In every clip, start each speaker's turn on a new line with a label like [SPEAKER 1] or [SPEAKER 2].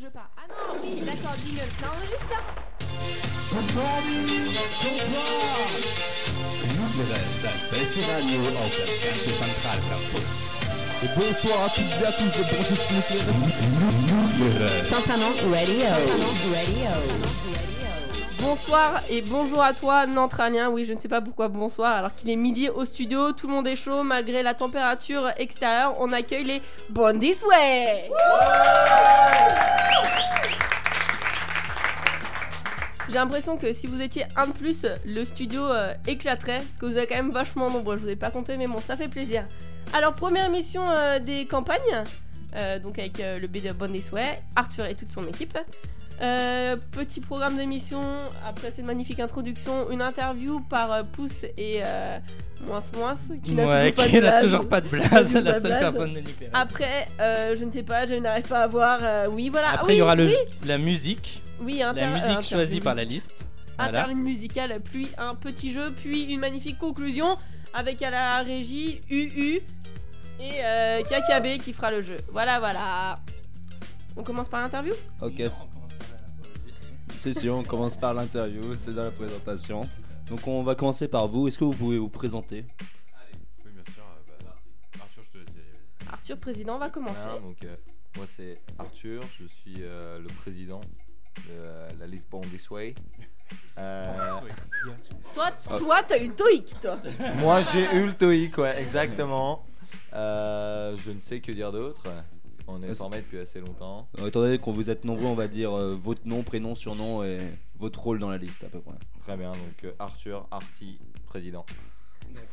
[SPEAKER 1] je pars. Ah non, oui, d'accord, jingle. Ça enregistre là
[SPEAKER 2] Bonsoir à toutes et à tous de brancher sur
[SPEAKER 3] Bonsoir et bonjour à toi, Nantralien. Oui, je ne sais pas pourquoi bonsoir, alors qu'il est midi au studio, tout le monde est chaud, malgré la température extérieure, on accueille les Born This Way J'ai l'impression que si vous étiez un de plus, le studio euh, éclaterait, parce que vous êtes quand même vachement nombreux, je vous ai pas compté, mais bon, ça fait plaisir. Alors, première émission euh, des campagnes, euh, donc avec euh, le BD Born This Way, Arthur et toute son équipe. Euh, petit programme d'émission, après cette magnifique introduction, une interview par euh, Pouce et euh, Moins Moins, qui n'a
[SPEAKER 4] ouais,
[SPEAKER 3] toujours pas
[SPEAKER 4] qui
[SPEAKER 3] de
[SPEAKER 4] n'a
[SPEAKER 3] blague.
[SPEAKER 4] toujours pas de
[SPEAKER 3] Toujours
[SPEAKER 4] blase,
[SPEAKER 3] pas
[SPEAKER 4] la
[SPEAKER 3] de
[SPEAKER 4] seule
[SPEAKER 3] blaze.
[SPEAKER 4] personne de Nicolas. Après,
[SPEAKER 3] Après, euh, je ne sais pas, je n'arrive pas à voir. euh, oui, voilà. Ah oui,
[SPEAKER 4] il y aura le,
[SPEAKER 3] Oui,
[SPEAKER 4] la musique,
[SPEAKER 3] oui, inter-
[SPEAKER 4] la musique
[SPEAKER 3] euh, inter-
[SPEAKER 4] choisie par la liste. Voilà.
[SPEAKER 3] Interlude musicale, puis un petit jeu, puis une magnifique conclusion avec à la régie UU et euh, KKB qui fera le jeu. Voilà, voilà. On commence par l'interview
[SPEAKER 2] Ok, c'est sûr, on commence par l'interview, c'est dans la présentation. Donc on va commencer par vous, est-ce que vous pouvez vous présenter
[SPEAKER 5] Oui, bien sûr. euh, bah, Arthur, je te laisse. y aller.
[SPEAKER 3] Arthur, président, va commencer.
[SPEAKER 5] Hein, donc, euh, moi, c'est Arthur. Je suis euh, le président de euh, la Lisbon This Way. Euh,
[SPEAKER 3] Toi, toi, t'as une toïque, toi.
[SPEAKER 5] moi, j'ai eu le TOEIC, ouais, exactement. Euh, je ne sais que dire d'autre. On est
[SPEAKER 2] Vas-y.
[SPEAKER 5] formé depuis assez longtemps.
[SPEAKER 2] Euh, Étant donné qu'on vous êtes nombreux, on va dire euh, votre nom, prénom, surnom et votre rôle dans la liste à peu près.
[SPEAKER 5] Très bien. Donc, euh, Arthur, Arti, président.
[SPEAKER 6] Bah,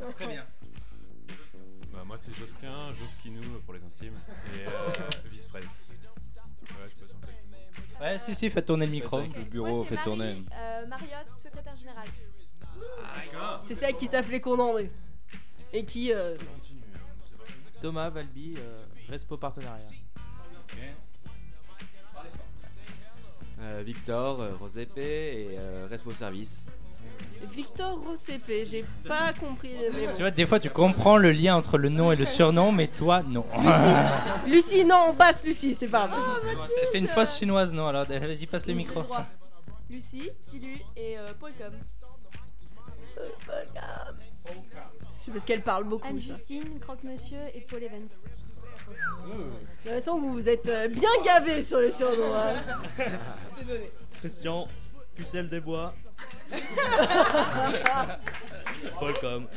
[SPEAKER 6] moi c'est Josquin, Josquinou pour les intimes, et euh, vice-prez. Voilà, je sais pas si on peut le nommer.
[SPEAKER 4] Ouais, si, si, fais tourner le micro.
[SPEAKER 2] Le bureau fait tourner.
[SPEAKER 7] euh,
[SPEAKER 8] Mariotte, secrétaire générale.
[SPEAKER 3] C'est celle qui t'appelait condamné. Et qui. euh,
[SPEAKER 9] Thomas Valby, euh, Respo Partenariat.
[SPEAKER 10] Euh, Victor, euh, Rosépé et euh, Respo Service.
[SPEAKER 3] Victor Rossépé, j'ai pas compris. mais bon.
[SPEAKER 4] Tu vois, des fois, tu comprends le lien entre le nom et le surnom, mais toi, non.
[SPEAKER 3] Lucie, Lucie, non, on passe, Lucie, c'est pas grave.
[SPEAKER 9] Ah,
[SPEAKER 4] c'est une fausse chinoise, non Alors, vas-y, passe le
[SPEAKER 8] J'ai
[SPEAKER 4] micro.
[SPEAKER 8] droit. Lucie, Tilu et euh, Paulcom.
[SPEAKER 3] C'est parce qu'elle parle beaucoup. ça.
[SPEAKER 8] Anne-Justine, Croque-Monsieur et Paul Event.
[SPEAKER 3] De toute façon, vous vous êtes euh, bien gavés sur les surnoms. hein.
[SPEAKER 9] Christian, Pucelle des Bois. Paulcom.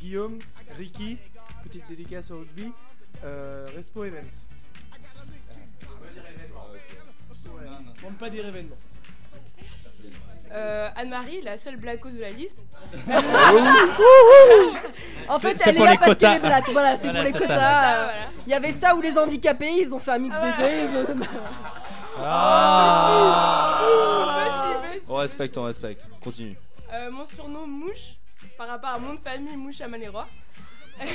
[SPEAKER 11] Guillaume, Ricky, petite dédicace au rugby, euh, Respo Event. Ouais. On ne pas dire événement.
[SPEAKER 8] Euh, Anne-Marie, la seule blagueuse de la liste.
[SPEAKER 3] En
[SPEAKER 4] C'est-
[SPEAKER 3] fait,
[SPEAKER 4] c'est
[SPEAKER 3] elle est
[SPEAKER 4] pour
[SPEAKER 3] là
[SPEAKER 4] les
[SPEAKER 3] parce qu'elle
[SPEAKER 4] quotas.
[SPEAKER 3] est blatte. Voilà, c'est
[SPEAKER 4] Voilà,
[SPEAKER 3] pour les
[SPEAKER 4] c'est ça.
[SPEAKER 8] Ah,
[SPEAKER 3] quotas. euh, Il y avait ça ou les handicapés, ils ont fait un mix des deux. ils ont-
[SPEAKER 8] Oh, bah,
[SPEAKER 2] On respecte, on respecte. Continue.
[SPEAKER 8] Euh, mon surnom, Mouche, par rapport à mon de famille, Mouche à Maléroy. et euh,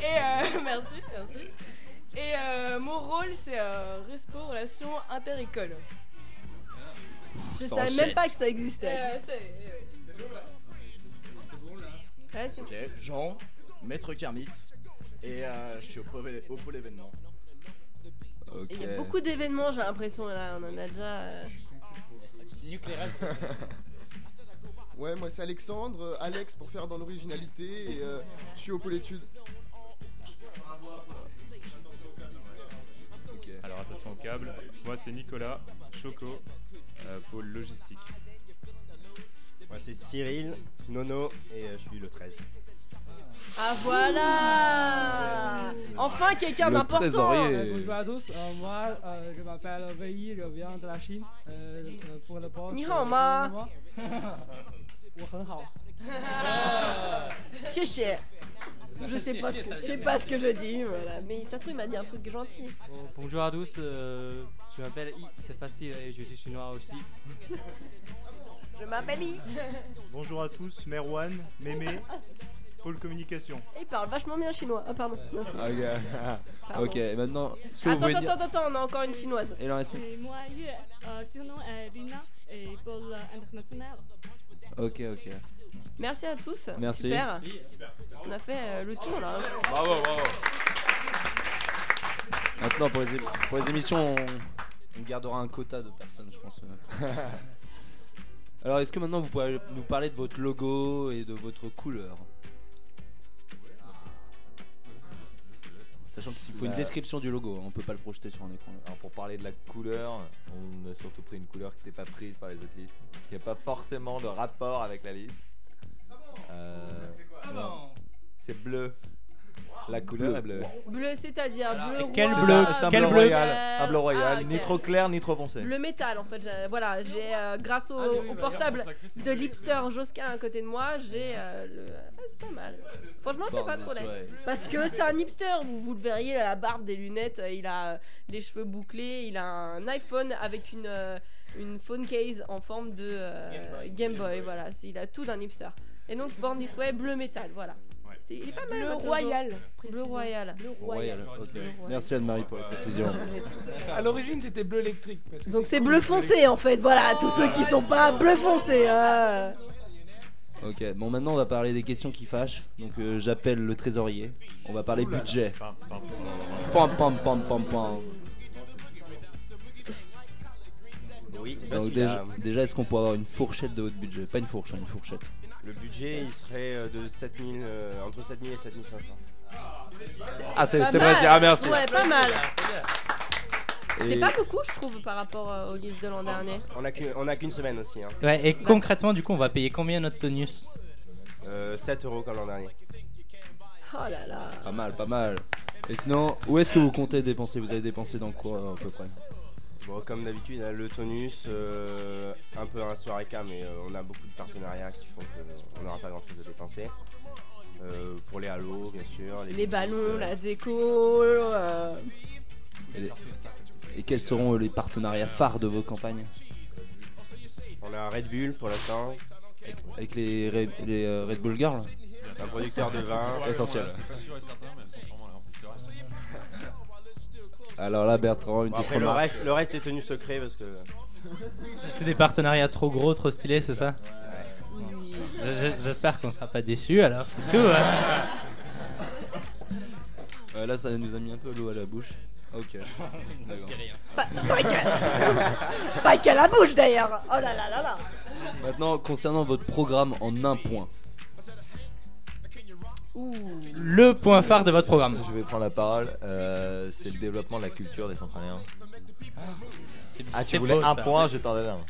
[SPEAKER 8] merci, merci. Et euh, mon rôle, c'est euh, Respo Relations Inter-École.
[SPEAKER 3] Je
[SPEAKER 2] Ça
[SPEAKER 3] savais même
[SPEAKER 2] enchaîne.
[SPEAKER 3] pas que ça existait.
[SPEAKER 8] Euh, c'est- Euh.
[SPEAKER 3] Ouais, c'est-
[SPEAKER 10] Jean, Maître Kermit et euh, je suis au pôle, événement.
[SPEAKER 2] Ok.
[SPEAKER 3] Et Il y a beaucoup d'événements, j'ai l'impression. Là, on en a déjà. euh,
[SPEAKER 11] Ouais, moi c'est Alexandre, euh, Alex pour faire dans l'originalité, et euh, je suis au pôle études.
[SPEAKER 6] Alors attention au câble. Moi c'est Nicolas, Choco, euh, pôle logistique.
[SPEAKER 9] Moi, c'est Cyril, Nono, et euh, je suis le 13.
[SPEAKER 3] Ah voilà Enfin, quelqu'un
[SPEAKER 2] Le
[SPEAKER 3] d'important.
[SPEAKER 2] trésorier.
[SPEAKER 11] Bonjour à tous, Euh, moi je m'appelle Veilly, je viens de la Chine Euh, pour le poste. euh,
[SPEAKER 3] Ni hao ma. Chier, chier. Je sais pas, ce que, je sais pas ce que je dis, voilà. mais ça se trouve, il m'a dit un truc gentil.
[SPEAKER 9] bonjour à tous, euh, je m'appelle I, c'est facile, et je suis chinois aussi.
[SPEAKER 3] Je m'appelle I.
[SPEAKER 11] Bonjour à tous, Merwan, Mémé, Pôle Communication.
[SPEAKER 3] Et Il parle vachement bien chinois. Ah, pardon. Non, c'est-
[SPEAKER 2] Ok,
[SPEAKER 3] pardon.
[SPEAKER 2] ok, et maintenant, est-ce que vous
[SPEAKER 3] Attends,
[SPEAKER 2] pouvez dire...
[SPEAKER 3] attends, attends, attends, on a encore une chinoise.
[SPEAKER 2] Il en reste une
[SPEAKER 12] Et moi, je, euh, surnom est Luna et Paul international.
[SPEAKER 2] Ok, ok.
[SPEAKER 3] Merci à tous.
[SPEAKER 2] Merci.
[SPEAKER 3] Super. On a fait euh, le tour là. hein.
[SPEAKER 5] Bravo, bravo.
[SPEAKER 2] Maintenant, pour les, é- pour les émissions, on, on gardera un quota de personnes, je pense. Alors, est-ce que maintenant vous pouvez nous parler de votre logo et de votre couleur Sachant qu'il faut une
[SPEAKER 5] Bah,
[SPEAKER 2] description du logo, hein, on peut pas le projeter sur un écran. là.
[SPEAKER 5] Alors pour parler de la couleur, on a surtout pris une couleur qui n'était pas prise par les autres listes, qui n'a pas forcément de rapport avec la liste.
[SPEAKER 3] Ah
[SPEAKER 5] Euh, non. C'est bleu. La couleur est
[SPEAKER 2] Bleu.
[SPEAKER 5] bleue.
[SPEAKER 3] Bleu, c'est-à-dire bleu roi.
[SPEAKER 5] C'est un- C'est un bleu royal. Un bleu royal,
[SPEAKER 3] Ah, ok.
[SPEAKER 5] ni trop clair, ni trop foncé.
[SPEAKER 3] Bleu métal en fait, j'ai- voilà, j'ai euh, grâce
[SPEAKER 4] Ah,
[SPEAKER 3] au,
[SPEAKER 13] Ah,
[SPEAKER 3] au portable
[SPEAKER 13] bah,
[SPEAKER 3] de l'hipster Josquin à côté de moi, j'ai euh, le. Ah, c'est pas mal. Franchement, c'est pas
[SPEAKER 2] Bordel,
[SPEAKER 3] trop laid.
[SPEAKER 2] ouais.
[SPEAKER 3] Parce que c'est un hipster, vous, vous le verriez, il a la barbe, des lunettes, euh, il a euh, les cheveux bouclés, il a un iPhone avec une, euh, une phone case en forme de euh, Game, Boy. voilà, c'est- il a tout d'un hipster. Et donc, Born This Way, bleu métal, voilà. C'est- Il est pas mal.
[SPEAKER 8] Bleu
[SPEAKER 3] votre logo.
[SPEAKER 8] royal,
[SPEAKER 3] Bleu
[SPEAKER 8] précisons.
[SPEAKER 3] royal.
[SPEAKER 8] Bleu
[SPEAKER 2] Royal, ok. Merci Anne-Marie pour la précision.
[SPEAKER 13] À l'origine, c'était bleu électrique. parce que
[SPEAKER 3] Donc c'est bleu foncé en fait, voilà, tous ceux qui sont pas bleu foncé. hein.
[SPEAKER 2] Ok, bon maintenant on va parler des questions qui fâchent. Donc euh, j'appelle le trésorier. On va parler
[SPEAKER 6] Oulala.
[SPEAKER 2] budget.
[SPEAKER 6] Pam, pam, pam.
[SPEAKER 2] Pam pam pam pam pam.
[SPEAKER 9] Oui,
[SPEAKER 2] Donc déjà,
[SPEAKER 9] déjà.
[SPEAKER 2] déjà, est-ce qu'on peut avoir une fourchette de votre budget Pas une fourche, hein, une fourchette.
[SPEAKER 9] Le budget, il serait euh, de 7000, euh, entre 7000 et 7500.
[SPEAKER 2] Ah, c'est-
[SPEAKER 3] Pas
[SPEAKER 2] c'est vrai,
[SPEAKER 3] mal.
[SPEAKER 2] c'est- ah, merci.
[SPEAKER 3] Ouais, pas mal.
[SPEAKER 9] Et-
[SPEAKER 3] C'est pas beaucoup, je trouve, par rapport euh, aux listes de l'an dernier.
[SPEAKER 9] On a qu'une, on a qu'une semaine aussi. Hein.
[SPEAKER 4] Ouais, et concrètement, du coup, on va payer combien notre tonus
[SPEAKER 9] Euh, 7 euros comme l'an dernier.
[SPEAKER 3] Oh là là.
[SPEAKER 2] Pas mal, pas mal. Et sinon, où est-ce que vous comptez dépenser Vous avez dépensé dans quoi à peu près
[SPEAKER 9] Bon, comme d'habitude, hein, le tonus, euh, un peu un soir et quart, mais euh, on a beaucoup de partenariats qui font qu'on n'aura pas grand chose à dépenser. Euh, pour les halos, bien sûr.
[SPEAKER 3] Les ballons,
[SPEAKER 9] là.
[SPEAKER 3] la déco. euh,
[SPEAKER 2] et, les- et quels seront les partenariats phares de vos campagnes
[SPEAKER 9] On a un Red Bull pour l'instant.
[SPEAKER 2] Avec les, Re- les, euh, Red Bull Girls
[SPEAKER 9] Un producteur de vin.
[SPEAKER 2] Essentiel.
[SPEAKER 6] C'est pas sûr et certain, mais elles sont sûrement là en plus, c'est vrai.
[SPEAKER 2] Alors là, Bertrand, une
[SPEAKER 9] Bon,
[SPEAKER 2] petite
[SPEAKER 9] après, le
[SPEAKER 2] remarque.
[SPEAKER 9] reste, le reste est tenu secret parce que.
[SPEAKER 4] C'est des partenariats trop gros, trop stylés, c'est ça Je- je- J'espère qu'on sera pas déçus alors, c'est tout. hein.
[SPEAKER 2] Ouais, Euh, là, ça nous a mis un peu l'eau à la bouche. Ok. D'accord.
[SPEAKER 3] Pas, pas qu'à- pas qu'à la bouche d'ailleurs. Oh là là là là.
[SPEAKER 2] Maintenant, concernant votre programme en un point.
[SPEAKER 3] Ouh.
[SPEAKER 4] Le point phare de votre programme.
[SPEAKER 5] Je vais prendre la parole. euh, c'est le développement de la culture des Centraliens. Ah, tu
[SPEAKER 4] c'est
[SPEAKER 5] voulais
[SPEAKER 4] beau,
[SPEAKER 5] un
[SPEAKER 4] ça.
[SPEAKER 5] point, je t'en donne un.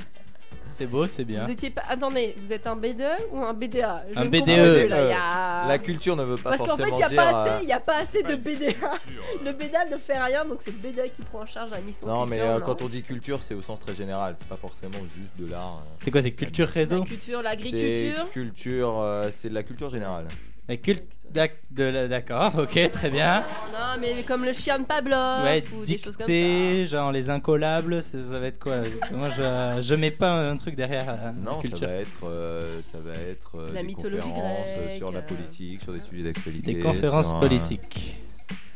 [SPEAKER 4] C'est beau, c'est bien.
[SPEAKER 3] Vous étiez pas. Attendez, vous êtes un BDE ou un BDA Je
[SPEAKER 5] Un
[SPEAKER 3] ne
[SPEAKER 5] BDE.
[SPEAKER 3] comprends plus, là,
[SPEAKER 5] Euh,
[SPEAKER 3] y a-
[SPEAKER 5] La culture ne veut pas
[SPEAKER 3] Ah. Parce qu'en fait, il
[SPEAKER 5] forcément
[SPEAKER 3] n'y a,
[SPEAKER 5] dire,
[SPEAKER 3] pas
[SPEAKER 5] euh,
[SPEAKER 3] assez- y a pas assez de BDA.
[SPEAKER 6] euh,
[SPEAKER 3] Le BDA ne fait rien, donc c'est le BDA qui prend en charge la mission.
[SPEAKER 5] Non, mais
[SPEAKER 3] culture,
[SPEAKER 5] euh,
[SPEAKER 3] non.
[SPEAKER 5] quand on dit culture, c'est au sens très général. C'est pas forcément juste de l'art. euh.
[SPEAKER 4] C'est quoi, c'est culture réseau
[SPEAKER 3] La culture,
[SPEAKER 5] C'est
[SPEAKER 3] l'agriculture.
[SPEAKER 5] culture, euh, c'est de la culture générale.
[SPEAKER 4] La culte d'ac- de la- D'accord, ok, très bien.
[SPEAKER 3] Non, mais comme le chien de Pablo.
[SPEAKER 4] Ouais,
[SPEAKER 3] ou Ah, des choses comme ça.
[SPEAKER 4] dictée, genre les incollables, ça, ça va être quoi Parce que Moi, je, je mets pas un truc derrière euh,
[SPEAKER 5] Non, ça
[SPEAKER 4] la culture.
[SPEAKER 5] va être, euh, ça va être euh,
[SPEAKER 3] La
[SPEAKER 5] des
[SPEAKER 3] mythologie
[SPEAKER 5] conférences euh,
[SPEAKER 3] grecque,
[SPEAKER 5] sur la
[SPEAKER 3] euh,
[SPEAKER 5] politique, sur des sujets d'actualité,
[SPEAKER 4] Des conférences
[SPEAKER 5] sur, euh,
[SPEAKER 4] politiques.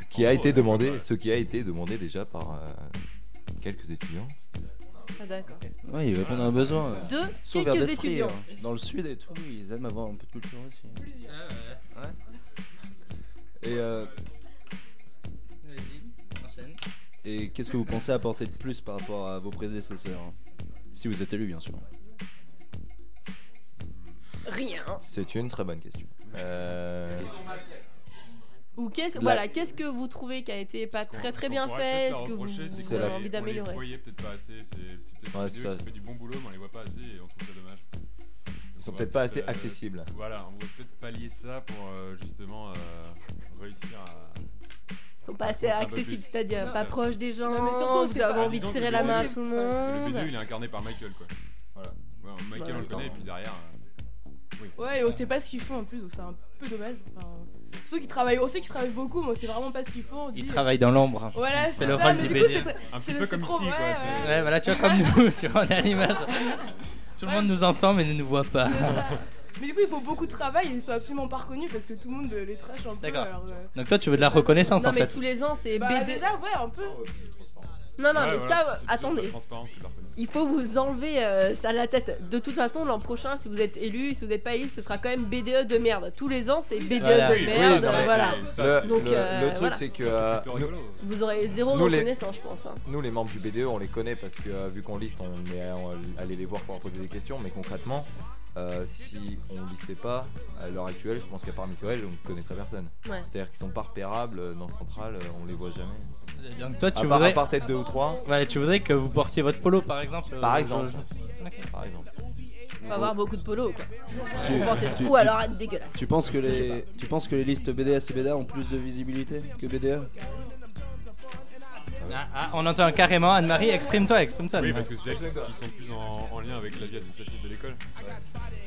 [SPEAKER 5] ce qui
[SPEAKER 3] Oh,
[SPEAKER 5] a été demandé, ce qui a été demandé déjà par euh, quelques étudiants.
[SPEAKER 3] Ah, d'accord.
[SPEAKER 2] Ouais, il répond à un besoin.
[SPEAKER 3] De
[SPEAKER 2] Sauf vers
[SPEAKER 3] quelques
[SPEAKER 2] d'esprit,
[SPEAKER 3] étudiants.
[SPEAKER 5] euh.
[SPEAKER 2] hein. Dans le sud et tout, ils aiment avoir un peu de culture aussi. hein. Et, euh,
[SPEAKER 4] Vas-y, enchaîne.
[SPEAKER 2] et qu'est-ce que vous pensez apporter de plus par rapport à vos prédécesseurs hein Si vous êtes élu, bien sûr.
[SPEAKER 3] Rien.
[SPEAKER 5] C'est une très bonne question. Euh,
[SPEAKER 3] Ou qu'est-ce
[SPEAKER 5] La-
[SPEAKER 3] voilà, qu'est-ce que vous trouvez qui a été pas très très bien fait Est-ce que vous, vous
[SPEAKER 5] c'est
[SPEAKER 3] avez
[SPEAKER 5] la-
[SPEAKER 3] envie
[SPEAKER 6] Vous
[SPEAKER 3] d'améliorer
[SPEAKER 6] voyez peut-être pas assez, c'est c'est peut-être
[SPEAKER 5] Ouais,
[SPEAKER 6] les
[SPEAKER 5] ça.
[SPEAKER 6] vidéos qui fait du bon boulot, mais on les voit pas assez et on trouve ça dommage.
[SPEAKER 5] Ils sont
[SPEAKER 6] On va
[SPEAKER 5] peut-être pas assez
[SPEAKER 6] euh,
[SPEAKER 5] accessibles.
[SPEAKER 6] Voilà, on va peut-être pallier ça pour euh, justement euh, réussir à.
[SPEAKER 3] Ils sont pas assez
[SPEAKER 6] Un peu
[SPEAKER 3] accessibles,
[SPEAKER 6] plus.
[SPEAKER 3] c'est-à-dire
[SPEAKER 6] C'est
[SPEAKER 3] pas
[SPEAKER 6] ça.
[SPEAKER 3] proches des gens,
[SPEAKER 8] Non, mais surtout,
[SPEAKER 3] vous
[SPEAKER 8] c'est
[SPEAKER 3] avez
[SPEAKER 8] pas-
[SPEAKER 3] envie de
[SPEAKER 6] Disons que
[SPEAKER 3] serrer
[SPEAKER 6] le
[SPEAKER 3] la
[SPEAKER 6] BDE,
[SPEAKER 3] main à tout le
[SPEAKER 6] Le BDE,
[SPEAKER 3] monde.
[SPEAKER 6] il est incarné par Michael, quoi.
[SPEAKER 5] Voilà.
[SPEAKER 3] Bah,
[SPEAKER 6] Ouais, Michael, on le connaît, et puis derrière. euh, oui.
[SPEAKER 8] Ouais, et on sait pas ce qu'ils font en plus, donc c'est un peu dommage. Enfin, surtout qu'ils travaillent, on sait qu'ils travaillent beaucoup, mais on sait vraiment pas ce qu'ils font. on
[SPEAKER 4] Ils
[SPEAKER 8] dit- euh,
[SPEAKER 4] travaillent dans l'ombre.
[SPEAKER 8] Voilà,
[SPEAKER 4] C'est
[SPEAKER 8] c'est
[SPEAKER 4] le
[SPEAKER 8] ça,
[SPEAKER 4] rôle
[SPEAKER 8] mais
[SPEAKER 4] du
[SPEAKER 8] du coup,
[SPEAKER 4] BDE.
[SPEAKER 8] c'est tr-
[SPEAKER 6] Un
[SPEAKER 8] c'est-
[SPEAKER 6] petit peu
[SPEAKER 8] c'est
[SPEAKER 6] comme
[SPEAKER 8] trop-
[SPEAKER 6] ici,
[SPEAKER 8] ouais,
[SPEAKER 6] quoi, c'est-
[SPEAKER 4] Ouais, voilà, tu vois, comme nous, tu vois, on a l'image. Tout le monde nous entend, mais ne nous voit pas.
[SPEAKER 8] Mais du coup, il faut beaucoup de travail et ils sont absolument pas reconnus parce que tout le monde euh, les trash un peu.
[SPEAKER 4] D'accord.
[SPEAKER 8] alors, euh,
[SPEAKER 4] Donc toi, tu veux de la reconnaissance,
[SPEAKER 3] Non
[SPEAKER 4] en
[SPEAKER 3] mais
[SPEAKER 4] fait.
[SPEAKER 3] tous les ans c'est
[SPEAKER 8] bah,
[SPEAKER 3] BDE.
[SPEAKER 8] déjà, ouais, un peu.
[SPEAKER 3] Non, non,
[SPEAKER 6] Ouais,
[SPEAKER 3] mais
[SPEAKER 6] voilà, c'est
[SPEAKER 3] ça,
[SPEAKER 6] toujours de la
[SPEAKER 3] attendez.
[SPEAKER 6] transparence, c'est de la reconnaissance.
[SPEAKER 3] Il faut vous enlever euh, ça à la tête. De toute façon, l'an prochain, si vous êtes élu, si vous n'êtes pas élu, ce sera quand même BDE de merde. Tous les ans, c'est BDE
[SPEAKER 5] Voilà.
[SPEAKER 3] de
[SPEAKER 5] Oui,
[SPEAKER 3] Ah, merde.
[SPEAKER 5] oui, ça,
[SPEAKER 3] voilà.
[SPEAKER 5] c'est- ça, c'est-
[SPEAKER 3] Donc,
[SPEAKER 5] le-
[SPEAKER 3] euh,
[SPEAKER 5] le truc,
[SPEAKER 3] voilà.
[SPEAKER 5] c'est que, euh, nous-
[SPEAKER 3] Vous aurez zéro
[SPEAKER 5] Nous, les-
[SPEAKER 3] reconnaissance, je pense. hein.
[SPEAKER 5] Nous, les membres du BDE, on les connaît parce que euh, vu qu'on liste, on est on- allé les voir pour leur poser des questions. Mais concrètement, euh, si on listait pas, à l'heure actuelle, je pense qu'à part Mickaël, on connaîtrait personne.
[SPEAKER 3] Ouais.
[SPEAKER 5] C'est-à-dire qu'ils sont pas repérables euh, dans Centrale, euh, on les voit jamais.
[SPEAKER 4] Donc toi, tu
[SPEAKER 5] à part,
[SPEAKER 4] voudrais.
[SPEAKER 5] à part peut-être deux ou trois.
[SPEAKER 4] Voilà, tu voudrais que vous portiez votre polo, par exemple. euh,
[SPEAKER 5] Par
[SPEAKER 4] je-
[SPEAKER 5] exemple.
[SPEAKER 4] Ok.
[SPEAKER 5] Par exemple.
[SPEAKER 3] Faut avoir beaucoup de polo, quoi.
[SPEAKER 2] Tu-
[SPEAKER 3] Ou porter-
[SPEAKER 2] tu-
[SPEAKER 3] Ou
[SPEAKER 2] tu-
[SPEAKER 3] alors être dégueulasse.
[SPEAKER 2] Tu penses que les, tu penses que les listes BDS et BDA ont plus de visibilité que BDA
[SPEAKER 4] Ah, ah, on entend carrément Anne-Marie, exprime-toi, exprime-toi.
[SPEAKER 6] Oui,
[SPEAKER 4] Anne-Marie.
[SPEAKER 6] parce que c'est ceux qui sont plus en, en lien avec la vie associative de l'école.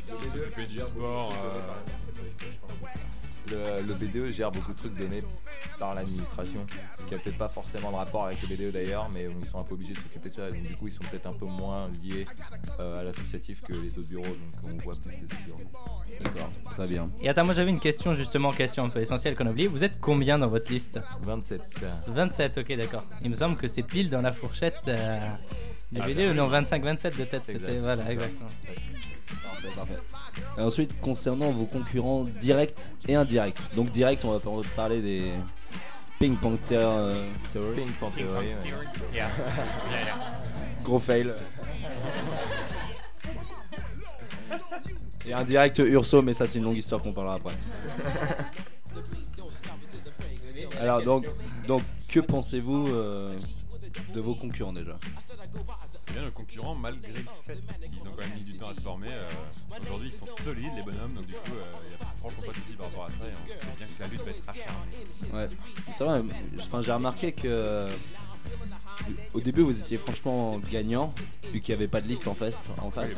[SPEAKER 6] Ceux qui font du sport. euh,
[SPEAKER 5] euh, Le, le BDE gère beaucoup de trucs donnés par l'administration, qui a peut-être pas forcément de rapport avec le BDE d'ailleurs, mais bon, ils sont un peu obligés de s'occuper de ça, et donc du coup ils sont peut-être un peu moins liés euh, à l'associatif que les autres bureaux, donc on voit plus les autres bureaux.
[SPEAKER 2] D'accord, très bien.
[SPEAKER 4] Et attends, moi j'avais une question justement, question un peu essentielle qu'on a oubliée. Vous êtes combien dans votre liste
[SPEAKER 5] 27.
[SPEAKER 4] 27, ok, d'accord. Il me semble que c'est pile dans la fourchette euh, du
[SPEAKER 5] Ah,
[SPEAKER 4] BDE,
[SPEAKER 5] oui.
[SPEAKER 4] E, non 25-27 de tête, c'était.
[SPEAKER 5] Exact,
[SPEAKER 4] Voilà,
[SPEAKER 5] c'est ça.
[SPEAKER 4] exactement.
[SPEAKER 2] Parfait, parfait. Et ensuite, concernant vos concurrents directs et indirects. Donc direct, on va par- parler des Pink Panther euh, Theory.
[SPEAKER 5] Pink Panther Theory, ouais. Yeah. Yeah, yeah.
[SPEAKER 2] Gros fail. Et indirect Urso, mais ça c'est une longue histoire qu'on parlera après. Alors donc, donc que pensez-vous euh, de vos concurrents déjà
[SPEAKER 6] Eh bien, le concurrent, malgré le fait qu'ils ont quand même mis du temps à se former, euh, aujourd'hui ils sont solides, les bonhommes, donc du coup, euh, il n'y a franchement pas de soucis par rapport à ça, et on sait bien que la lutte va être acharnée.
[SPEAKER 2] Ouais, c'est vrai. Enfin, j'ai remarqué que euh, au début vous étiez franchement gagnant vu qu'il n'y avait pas de liste en face. En face.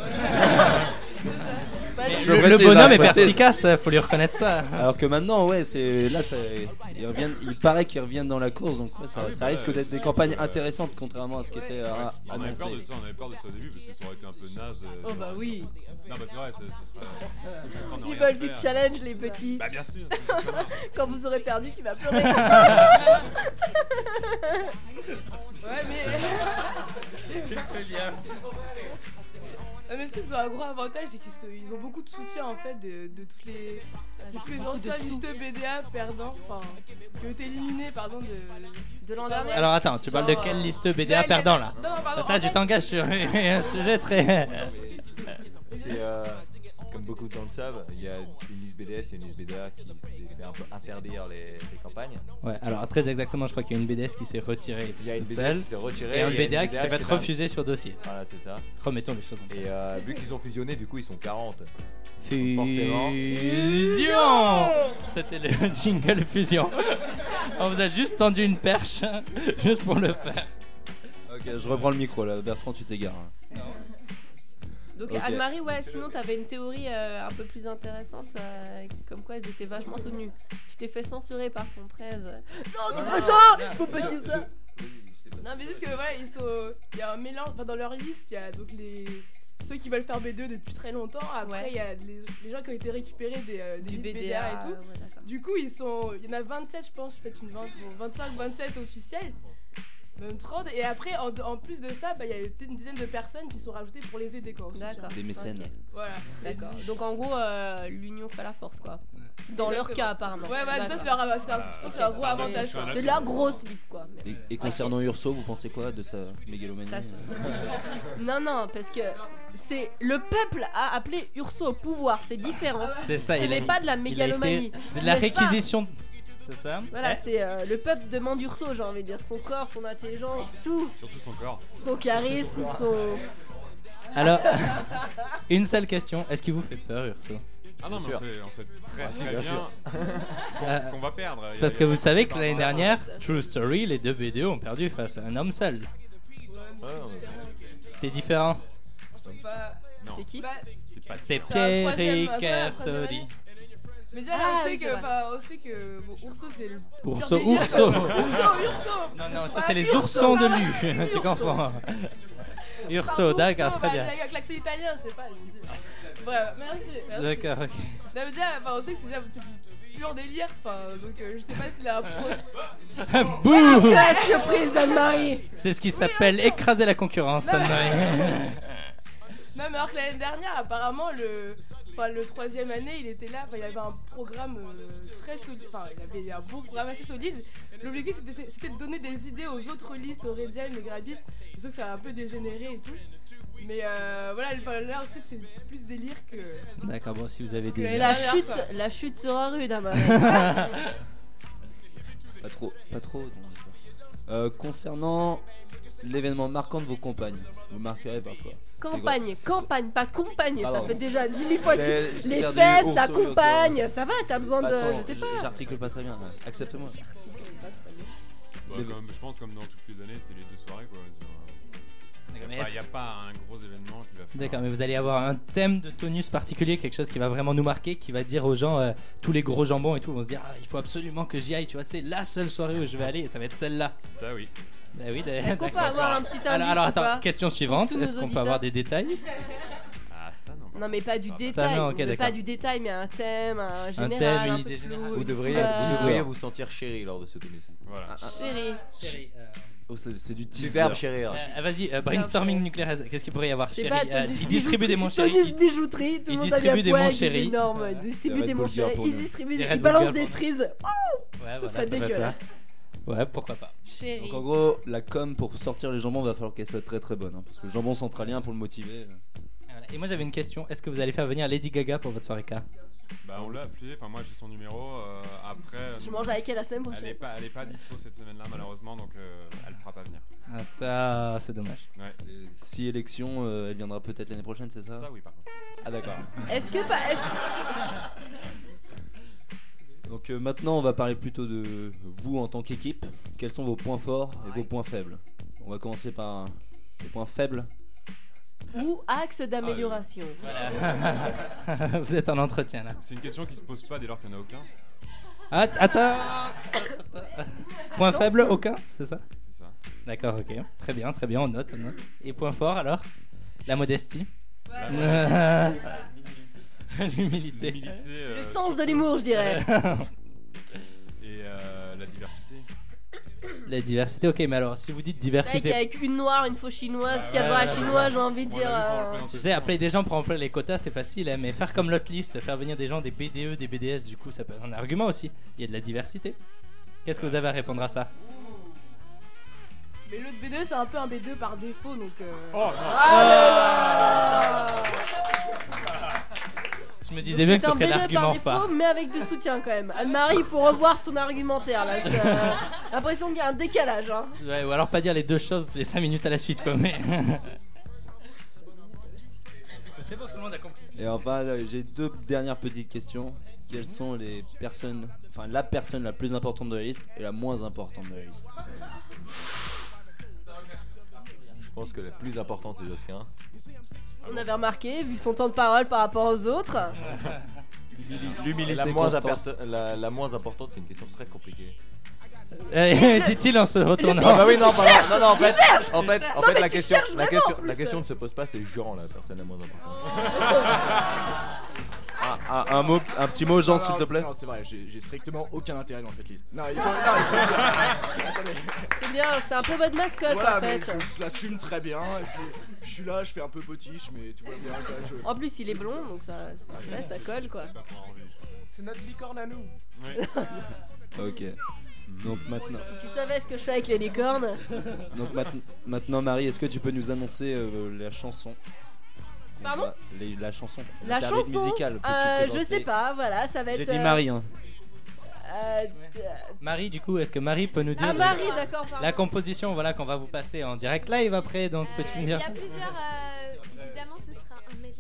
[SPEAKER 4] Mais
[SPEAKER 2] Je
[SPEAKER 4] le-
[SPEAKER 2] précise,
[SPEAKER 4] le bonhomme
[SPEAKER 2] je
[SPEAKER 4] est
[SPEAKER 2] précise.
[SPEAKER 4] perspicace, euh, faut lui reconnaître ça.
[SPEAKER 2] Alors que maintenant, ouais, c'est là, ça- ils reviennent. Il paraît qu'ils reviennent dans la course, donc ouais, ça,
[SPEAKER 6] Ah oui,
[SPEAKER 2] ça
[SPEAKER 6] bah,
[SPEAKER 2] risque
[SPEAKER 6] euh,
[SPEAKER 2] d'être des
[SPEAKER 6] surtout,
[SPEAKER 2] campagnes
[SPEAKER 6] euh,
[SPEAKER 2] intéressantes contrairement à ce qui était euh,
[SPEAKER 6] on avait
[SPEAKER 2] annoncé.
[SPEAKER 6] peur de ça, on avait peur de ça au début parce que ça aurait été un peu naze. euh,
[SPEAKER 3] Oh, bah oui.
[SPEAKER 6] Non, bah c'est vrai, ça, ça euh, serait.
[SPEAKER 3] Ils veulent du challenge, les petits.
[SPEAKER 6] Bah bien sûr.
[SPEAKER 3] Quand vous aurez perdu, tu vas pleurer.
[SPEAKER 8] Ah, Ouais, mais.
[SPEAKER 4] Tu le fais bien.
[SPEAKER 8] Ah, mais ceux qui ont un gros avantage, c'est qu'ils se- ils ont beaucoup de soutien en fait de, de toutes les, de tous les
[SPEAKER 3] beaucoup de
[SPEAKER 8] anciens
[SPEAKER 3] sous.
[SPEAKER 8] listes BDA perdants, enfin, qui ont été éliminés, pardon, de,
[SPEAKER 3] de l'an
[SPEAKER 8] dernier.
[SPEAKER 4] Alors attends, tu parles de quelle liste BDA perdant là
[SPEAKER 8] Non, non, pardon,
[SPEAKER 4] Ça,
[SPEAKER 8] en
[SPEAKER 4] tu
[SPEAKER 8] fait-
[SPEAKER 4] t'engages sur un sujet très.
[SPEAKER 5] C'est euh, comme beaucoup de gens le savent, il y a une liste BDS et une liste BDA qui s'est fait un peu interdire les, les campagnes.
[SPEAKER 4] Ouais, alors très exactement, je crois qu'il y a une BDS qui s'est retirée
[SPEAKER 5] Il y a une BDS
[SPEAKER 4] toute seule
[SPEAKER 5] qui s'est retirée
[SPEAKER 4] et un
[SPEAKER 5] il y a une
[SPEAKER 4] BDA qui s'est
[SPEAKER 5] BDA
[SPEAKER 4] fait
[SPEAKER 5] qui s'est
[SPEAKER 4] refuser sur dossier.
[SPEAKER 5] Voilà, c'est ça.
[SPEAKER 4] Remettons les choses en
[SPEAKER 5] Et
[SPEAKER 4] place.
[SPEAKER 5] euh, vu qu'ils ont fusionné, du coup ils sont 40.
[SPEAKER 4] Fusion C'était le jingle fusion. On vous a juste tendu une perche, juste pour le faire.
[SPEAKER 2] Ok, je reprends le micro là. Bertrand, tu t'égares. hein.
[SPEAKER 3] Donc
[SPEAKER 2] Ok.
[SPEAKER 3] Anne-Marie, ouais, sinon t'avais une théorie euh, un peu plus intéressante, euh, comme quoi ils étaient vachement soutenus. Tu t'es fait censurer par ton presse. Non, dis pas ça Faut pas dire ça
[SPEAKER 8] Non, mais juste que voilà, ils sont. Il y a un mélange. Enfin, dans leur liste, il y a donc les. Ceux qui veulent faire B2 depuis très longtemps. Après,
[SPEAKER 3] Ouais.
[SPEAKER 8] il y a les, les gens qui ont été récupérés des, euh, des
[SPEAKER 3] Du
[SPEAKER 8] listes
[SPEAKER 3] BDA,
[SPEAKER 8] BDA et tout.
[SPEAKER 3] ouais, d'accord.
[SPEAKER 8] du coup, ils sont. Il y en a 27, je pense, peut-être une 20, bon, 25, 27 officiels. Même 30. Et après, en, en plus de ça, bah, il y a eu peut-être une dizaine de personnes qui sont rajoutées pour les aider, quoi. au soutien.
[SPEAKER 3] D'accord.
[SPEAKER 2] Des mécènes.
[SPEAKER 3] Ok.
[SPEAKER 8] Voilà.
[SPEAKER 3] D'accord. Donc en gros, euh, l'union fait la force, quoi. Dans leur
[SPEAKER 8] Exactement.
[SPEAKER 3] cas, apparemment.
[SPEAKER 8] Ouais, ouais, ça, c'est
[SPEAKER 3] D'accord.
[SPEAKER 8] leur- c'est leur- je pense que c'est leur gros
[SPEAKER 3] C'est-
[SPEAKER 8] avantage, quoi.
[SPEAKER 3] C'est leur grosse liste, quoi.
[SPEAKER 2] Et, et concernant Urso, vous pensez quoi de sa mégalomanie euh,
[SPEAKER 3] Ça, c'est- Non, non, parce que c'est le peuple a appelé Urso au pouvoir, c'est différent.
[SPEAKER 4] C'est ça,
[SPEAKER 3] Ce
[SPEAKER 4] il a-
[SPEAKER 3] n'est pas de la
[SPEAKER 4] il a été-
[SPEAKER 3] mégalomanie.
[SPEAKER 4] C'est de la
[SPEAKER 3] n'est-ce pas
[SPEAKER 4] réquisition. C'est ça
[SPEAKER 3] Voilà,
[SPEAKER 4] Eh
[SPEAKER 3] c'est euh, le peuple demande Urso, j'ai envie de dire. Son corps, son intelligence, tout.
[SPEAKER 6] Surtout son corps.
[SPEAKER 3] Son charisme, son.
[SPEAKER 4] Eh, Alors, une seule question. Est-ce qu'il vous fait peur, Urso
[SPEAKER 6] Ah non,
[SPEAKER 4] Bien
[SPEAKER 6] mais on
[SPEAKER 4] sûr.
[SPEAKER 6] sait, on sait très
[SPEAKER 4] Ah, si,
[SPEAKER 6] très
[SPEAKER 4] bien
[SPEAKER 6] bien
[SPEAKER 4] sûr.
[SPEAKER 6] qu'on qu'on va perdre. Il y a-
[SPEAKER 4] Euh, Parce que
[SPEAKER 6] il y a-
[SPEAKER 4] vous savez que l'année
[SPEAKER 6] Ah,
[SPEAKER 4] dernière, True Story, les deux BDO ont perdu face à un homme seul. C'était différent. Non.
[SPEAKER 3] C'était qui
[SPEAKER 8] bah,
[SPEAKER 6] C'était pas-
[SPEAKER 4] C'était
[SPEAKER 8] Enfin,
[SPEAKER 4] Pierre
[SPEAKER 8] troisième,
[SPEAKER 4] et
[SPEAKER 8] voilà, troisième
[SPEAKER 4] Kersori.
[SPEAKER 8] année. Mais déjà,
[SPEAKER 3] Ah,
[SPEAKER 8] on, sait
[SPEAKER 3] oui,
[SPEAKER 8] que,
[SPEAKER 3] c'est vrai.
[SPEAKER 8] enfin, on sait que. Bon, Ourso, c'est le. pire
[SPEAKER 4] Ourso,
[SPEAKER 8] délire.
[SPEAKER 4] Ourso.
[SPEAKER 8] Ourso, Ourso
[SPEAKER 4] Non, non, ça
[SPEAKER 8] Bah,
[SPEAKER 4] c'est les
[SPEAKER 8] Urso,
[SPEAKER 4] oursons de
[SPEAKER 8] bah, voilà,
[SPEAKER 4] Lu, tu
[SPEAKER 8] Urso.
[SPEAKER 4] comprends
[SPEAKER 8] Enfin,
[SPEAKER 4] Urso, d'accord,
[SPEAKER 8] Ourso,
[SPEAKER 4] très
[SPEAKER 8] bah,
[SPEAKER 4] bien.
[SPEAKER 8] Avec l'accent italien, je sais pas. je me dis. Bref, merci. merci.
[SPEAKER 4] D'accord, ok.
[SPEAKER 8] Non, mais déjà, enfin, on sait bah, que c'est déjà. c'est- pur délire. Enfin, donc euh, je sais pas s'il a un pro.
[SPEAKER 4] Bouh
[SPEAKER 8] Ah, c'est la surprise, Anne-Marie.
[SPEAKER 4] C'est ce qui s'appelle écraser la concurrence,
[SPEAKER 8] Non, mais-
[SPEAKER 4] Anne-Marie.
[SPEAKER 8] Non, mais alors que l'année dernière, apparemment, le, enfin, le troisième année, il était là. Enfin, il avait un programme euh, très solide. Enfin, il avait un beau programme assez solide. L'objectif, c'était- c'était de donner des idées aux autres listes, aux Redial et Grabit. Sauf que ça a un peu dégénéré et tout. Mais euh, voilà, enfin, là, on sait que c'est plus délire que.
[SPEAKER 4] D'accord, bon, si vous avez
[SPEAKER 8] Que
[SPEAKER 4] des.
[SPEAKER 3] La
[SPEAKER 8] dernière,
[SPEAKER 3] chute,
[SPEAKER 8] quoi.
[SPEAKER 3] la chute sera rude, hein, bah.
[SPEAKER 2] Pas trop, pas trop. donc, je- Euh, concernant l'événement marquant de vos compagnes, vous marquerez par quoi
[SPEAKER 3] Campagne, campagne, pas compagne, ça
[SPEAKER 2] Pardon.
[SPEAKER 3] fait déjà 10 000 fois que
[SPEAKER 2] J'ai- j'ai
[SPEAKER 3] tu... Les
[SPEAKER 2] perdu
[SPEAKER 3] fesses,
[SPEAKER 2] Ourson,
[SPEAKER 3] la
[SPEAKER 2] Ourson.
[SPEAKER 3] compagne, ça va, t'as besoin de...
[SPEAKER 2] Passons,
[SPEAKER 3] Je sais
[SPEAKER 2] j-
[SPEAKER 3] pas.
[SPEAKER 2] J'article pas très bien. là. Accepte-moi.
[SPEAKER 6] Bah,
[SPEAKER 2] Les-
[SPEAKER 6] comme- je pense comme dans toutes les années, c'est les deux soirées quoi.
[SPEAKER 4] D'accord, mais
[SPEAKER 6] Il
[SPEAKER 4] est-ce
[SPEAKER 6] n'y a, pas un gros événement qui va faire.
[SPEAKER 4] D'accord, mais vous allez avoir un thème de tonus particulier, quelque chose qui va vraiment nous marquer, qui va dire aux gens, euh, tous les gros jambons et tout, vont se dire, ah, il faut absolument que j'y aille, tu vois, c'est la seule soirée où je vais aller et ça va être celle-là.
[SPEAKER 6] Ça oui.
[SPEAKER 4] Bah oui, d-
[SPEAKER 3] Est-ce qu'on peut
[SPEAKER 4] d'accord.
[SPEAKER 3] avoir un petit indice
[SPEAKER 4] Alors, alors
[SPEAKER 3] ou
[SPEAKER 4] attends,
[SPEAKER 3] pas
[SPEAKER 4] question
[SPEAKER 3] pour
[SPEAKER 4] suivante,
[SPEAKER 3] tous nos
[SPEAKER 4] est-ce qu'on peut
[SPEAKER 3] auditeurs
[SPEAKER 4] avoir des détails
[SPEAKER 6] Ah ça non.
[SPEAKER 3] Non mais pas du
[SPEAKER 4] Ça,
[SPEAKER 3] détail,
[SPEAKER 4] non, ok,
[SPEAKER 3] on veut
[SPEAKER 4] d'accord.
[SPEAKER 3] pas du détail, mais un thème, un général,
[SPEAKER 4] thème,
[SPEAKER 3] un,
[SPEAKER 4] une
[SPEAKER 3] peu Euh,
[SPEAKER 4] idée
[SPEAKER 3] flou,
[SPEAKER 4] générale.
[SPEAKER 3] une
[SPEAKER 5] Vous devriez,
[SPEAKER 3] couleur.
[SPEAKER 5] vous devriez vous sentir chéri lors de ce tennis.
[SPEAKER 6] Voilà.
[SPEAKER 3] Chérie.
[SPEAKER 4] Chérie, euh,
[SPEAKER 2] Oh, c'est c'est du teaser.
[SPEAKER 5] Du verbe chérir.
[SPEAKER 4] euh, Vas-y, euh, brainstorming nucléaire, qu'est-ce qu'il pourrait y avoir
[SPEAKER 3] Je sais
[SPEAKER 4] chérie
[SPEAKER 3] pas,
[SPEAKER 4] Euh,
[SPEAKER 3] Tonus
[SPEAKER 4] Il distribue des
[SPEAKER 3] bijouterie-
[SPEAKER 4] mons chérie.
[SPEAKER 3] Tonus
[SPEAKER 4] il
[SPEAKER 3] bijouterie, tout le monde habille à
[SPEAKER 4] distribue des
[SPEAKER 3] poil,
[SPEAKER 4] mons
[SPEAKER 3] il est
[SPEAKER 4] chérie.
[SPEAKER 3] énorme,
[SPEAKER 4] Voilà.
[SPEAKER 3] il distribue
[SPEAKER 4] Des
[SPEAKER 3] des
[SPEAKER 4] Red
[SPEAKER 3] mons
[SPEAKER 4] Bull Girl
[SPEAKER 3] chérie,
[SPEAKER 4] pour
[SPEAKER 3] il
[SPEAKER 4] nous.
[SPEAKER 3] distribue
[SPEAKER 4] Des
[SPEAKER 3] des,
[SPEAKER 4] Red
[SPEAKER 3] il
[SPEAKER 4] Bull
[SPEAKER 3] balance
[SPEAKER 4] Girl
[SPEAKER 3] des
[SPEAKER 4] pour nous.
[SPEAKER 3] frises. Oh,
[SPEAKER 4] Ouais,
[SPEAKER 3] ça
[SPEAKER 4] voilà,
[SPEAKER 3] serait
[SPEAKER 4] ça peut être
[SPEAKER 3] dégueulasse.
[SPEAKER 4] ça. Ouais, pourquoi pas.
[SPEAKER 3] Chérie.
[SPEAKER 2] Donc en gros, la com pour sortir les jambons va falloir qu'elle soit très très bonne. hein, parce que le jambon centralien pour le motiver.
[SPEAKER 4] Euh, Voilà. Et moi j'avais une question, est-ce que vous allez faire venir Lady Gaga pour votre soirée K
[SPEAKER 6] Bah on l'a appelé, enfin moi j'ai son numéro. euh, après. euh,
[SPEAKER 3] Je mange avec elle la semaine prochaine.
[SPEAKER 6] Elle est pas, elle est pas dispo cette semaine-là malheureusement donc euh, elle ne pourra pas venir.
[SPEAKER 4] Ah, ça, c'est dommage.
[SPEAKER 6] Ouais.
[SPEAKER 2] Et Si élection, euh, elle viendra peut-être l'année prochaine, c'est ça
[SPEAKER 6] Ça oui par contre.
[SPEAKER 2] Ah d'accord.
[SPEAKER 3] Est-ce que pas... Est-ce que...
[SPEAKER 2] Donc euh, maintenant, on va parler plutôt de vous en tant qu'équipe. Quels sont vos points forts et vos points faibles On va commencer par les points faibles.
[SPEAKER 3] Ou axe d'amélioration.
[SPEAKER 4] Ah, vous êtes en entretien là.
[SPEAKER 6] C'est une question qui se pose pas dès lors qu'il n'y en a aucun.
[SPEAKER 4] Ah, attends Point
[SPEAKER 6] Attention.
[SPEAKER 4] faible, aucun, c'est ça
[SPEAKER 6] C'est ça.
[SPEAKER 4] D'accord, ok. Très bien, très bien, on note, on note. Et point fort alors La modestie
[SPEAKER 6] Ouais.
[SPEAKER 4] L'humilité.
[SPEAKER 6] L'humilité, euh,
[SPEAKER 3] Le sens de
[SPEAKER 6] surtout.
[SPEAKER 3] l'humour, je dirais.
[SPEAKER 6] Et euh, la diversité.
[SPEAKER 4] La diversité, ok, mais alors si vous dites
[SPEAKER 3] C'est vrai
[SPEAKER 4] diversité.
[SPEAKER 3] qu'avec une noire, une faux chinoise,
[SPEAKER 4] Ah,
[SPEAKER 3] cadre
[SPEAKER 4] ouais,
[SPEAKER 3] à
[SPEAKER 4] ouais,
[SPEAKER 3] chinois,
[SPEAKER 4] ouais.
[SPEAKER 3] j'ai envie de dire. euh,
[SPEAKER 4] Tu sais, appeler des gens pour remplir les quotas, c'est facile, hein, mais faire comme l'autre liste, faire venir des gens des BDE, des BDS, du coup, ça peut être un argument aussi. Il y a de la diversité. Qu'est-ce que vous avez à répondre à ça
[SPEAKER 8] Mais l'autre B2, c'est un peu un B2 par défaut, donc. euh,
[SPEAKER 4] Je me
[SPEAKER 3] donc
[SPEAKER 4] disais bien que
[SPEAKER 3] c'est
[SPEAKER 4] ce
[SPEAKER 3] un
[SPEAKER 4] serait
[SPEAKER 3] BD
[SPEAKER 4] l'argument
[SPEAKER 3] par
[SPEAKER 4] phare.
[SPEAKER 3] défaut, mais avec du soutien quand même. Anne-Marie, il faut revoir ton argumentaire là. c'est, euh, L'impression qu'il y a un décalage. Hein.
[SPEAKER 4] Ouais, ou alors pas dire les deux choses les 5 minutes à la suite, quoi, mais. C'est bon, tout le monde a compris.
[SPEAKER 2] Et enfin, là, j'ai deux dernières petites questions. Quelles sont les personnes, enfin la personne la plus importante de la liste et la moins importante de la liste
[SPEAKER 5] Je pense que la plus importante c'est Josquin.
[SPEAKER 3] On avait remarqué, vu son temps de parole par rapport aux autres.
[SPEAKER 5] Et
[SPEAKER 4] L'humilité
[SPEAKER 5] La moins,
[SPEAKER 4] constante.
[SPEAKER 5] aperce- la, la moins importante c'est une question très compliquée.
[SPEAKER 4] Eh, Dit-il en se retournant.
[SPEAKER 5] Ah bah oui non
[SPEAKER 4] pardon.
[SPEAKER 5] pardon non non en fait en fait, en fait, la question
[SPEAKER 4] cherches
[SPEAKER 5] la
[SPEAKER 4] vraiment,
[SPEAKER 5] question
[SPEAKER 4] en
[SPEAKER 5] la
[SPEAKER 4] plus.
[SPEAKER 5] question ne se pose pas c'est Jean la personne la moins importante.
[SPEAKER 2] Ah, un, un mot, un petit mot, Jean,
[SPEAKER 14] Non,
[SPEAKER 2] s'il
[SPEAKER 14] non,
[SPEAKER 2] te plaît.
[SPEAKER 14] Non, Oh, c'est vrai, j'ai j'ai strictement aucun intérêt dans cette liste. Non, il faut.
[SPEAKER 3] C'est bien, c'est un peu votre mascotte
[SPEAKER 14] Voilà,
[SPEAKER 3] en
[SPEAKER 14] mais
[SPEAKER 3] fait.
[SPEAKER 14] je, je l'assume très bien. Et puis, je suis là, je fais un peu potiche, mais tu vois bien quand même, je-
[SPEAKER 3] En plus, il est blond, donc ça, c'est parfait, ça colle quoi.
[SPEAKER 13] C'est notre licorne à nous.
[SPEAKER 2] Ok. Donc maintenant,
[SPEAKER 3] Si tu savais ce que je fais avec les licornes.
[SPEAKER 2] donc maten- maintenant, Marie, est-ce que tu peux nous annoncer euh, la chanson qu'on
[SPEAKER 3] Pardon
[SPEAKER 2] va- les- La chanson.
[SPEAKER 3] La
[SPEAKER 2] l'interlude
[SPEAKER 3] chanson,
[SPEAKER 2] musicale. peux-tu
[SPEAKER 3] euh, je
[SPEAKER 2] présenter
[SPEAKER 3] sais pas, voilà, ça va être.
[SPEAKER 2] J'ai dit
[SPEAKER 3] euh,
[SPEAKER 2] Marie. hein.
[SPEAKER 3] euh, d-
[SPEAKER 4] Marie, du coup, est-ce que Marie peut nous dire
[SPEAKER 3] Ah,
[SPEAKER 4] le-
[SPEAKER 3] Marie, d'accord, pardon.
[SPEAKER 4] la composition voilà, qu'on va vous passer en direct live après Donc, peux-tu
[SPEAKER 7] Euh,
[SPEAKER 4] nous
[SPEAKER 7] il y a
[SPEAKER 4] dire
[SPEAKER 7] plusieurs. euh, évidemment, ce sera un medley.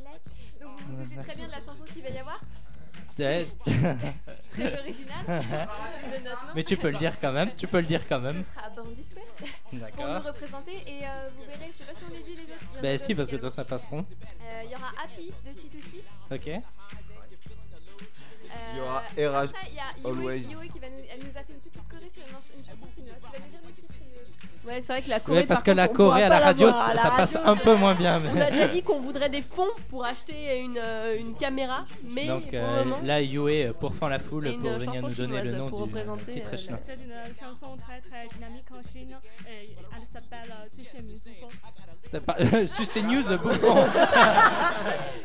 [SPEAKER 7] Donc vous vous doutez très bien de la chanson qu'il va y avoir.
[SPEAKER 4] Ouais,
[SPEAKER 7] C'est
[SPEAKER 4] je-
[SPEAKER 7] Très original. de notre nom.
[SPEAKER 4] Mais tu peux le dire quand même, tu peux le dire quand même.
[SPEAKER 7] Ce sera Born This Way. Pour
[SPEAKER 4] D'accord.
[SPEAKER 7] nous représenter. Et euh, vous verrez, je sais pas si on les dit les autres. il y en a
[SPEAKER 4] Bah, si,
[SPEAKER 7] d'autres,
[SPEAKER 4] parce que de
[SPEAKER 7] il y
[SPEAKER 4] toute
[SPEAKER 7] a-
[SPEAKER 4] façon, elles passeront.
[SPEAKER 7] Euh, Il y aura Happy de C2C.
[SPEAKER 4] Ok.
[SPEAKER 7] Euh,
[SPEAKER 5] Il y aura
[SPEAKER 7] après
[SPEAKER 5] Erasme,
[SPEAKER 7] ça, Il y a
[SPEAKER 5] Always.
[SPEAKER 7] Yoé, Yoé qui va nous, elle nous a fait une petite choré sur une, manche- une chanson. Tu, tu vas nous dire Maxime, ce que- ce que
[SPEAKER 3] Ouais, c'est vrai que la Corée.
[SPEAKER 4] Ouais, parce
[SPEAKER 3] par
[SPEAKER 4] que
[SPEAKER 3] contre,
[SPEAKER 4] la
[SPEAKER 3] on
[SPEAKER 4] Corée
[SPEAKER 3] pourra
[SPEAKER 4] à la
[SPEAKER 3] pas
[SPEAKER 4] radio,
[SPEAKER 3] l'avoir.
[SPEAKER 4] ça
[SPEAKER 3] À la
[SPEAKER 4] ça passe
[SPEAKER 3] radio,
[SPEAKER 4] un peu moins bien. mais-
[SPEAKER 3] On a déjà dit qu'on voudrait des fonds pour acheter une, euh, une caméra, mais
[SPEAKER 4] Donc
[SPEAKER 3] pour
[SPEAKER 4] euh,
[SPEAKER 3] le moment.
[SPEAKER 4] là, Yue pourfend la foule
[SPEAKER 3] Et une
[SPEAKER 4] pour venir
[SPEAKER 3] chanson
[SPEAKER 4] nous donner le
[SPEAKER 3] chinoise
[SPEAKER 4] nom
[SPEAKER 3] pour
[SPEAKER 4] du
[SPEAKER 3] représenter,
[SPEAKER 4] du titre
[SPEAKER 3] euh,
[SPEAKER 4] chinois.
[SPEAKER 12] C'est une chanson très très dynamique en Chine. Et elle s'appelle euh, Suicide Minsoufo.
[SPEAKER 4] T'as pas- Suce et News, euh, bouffon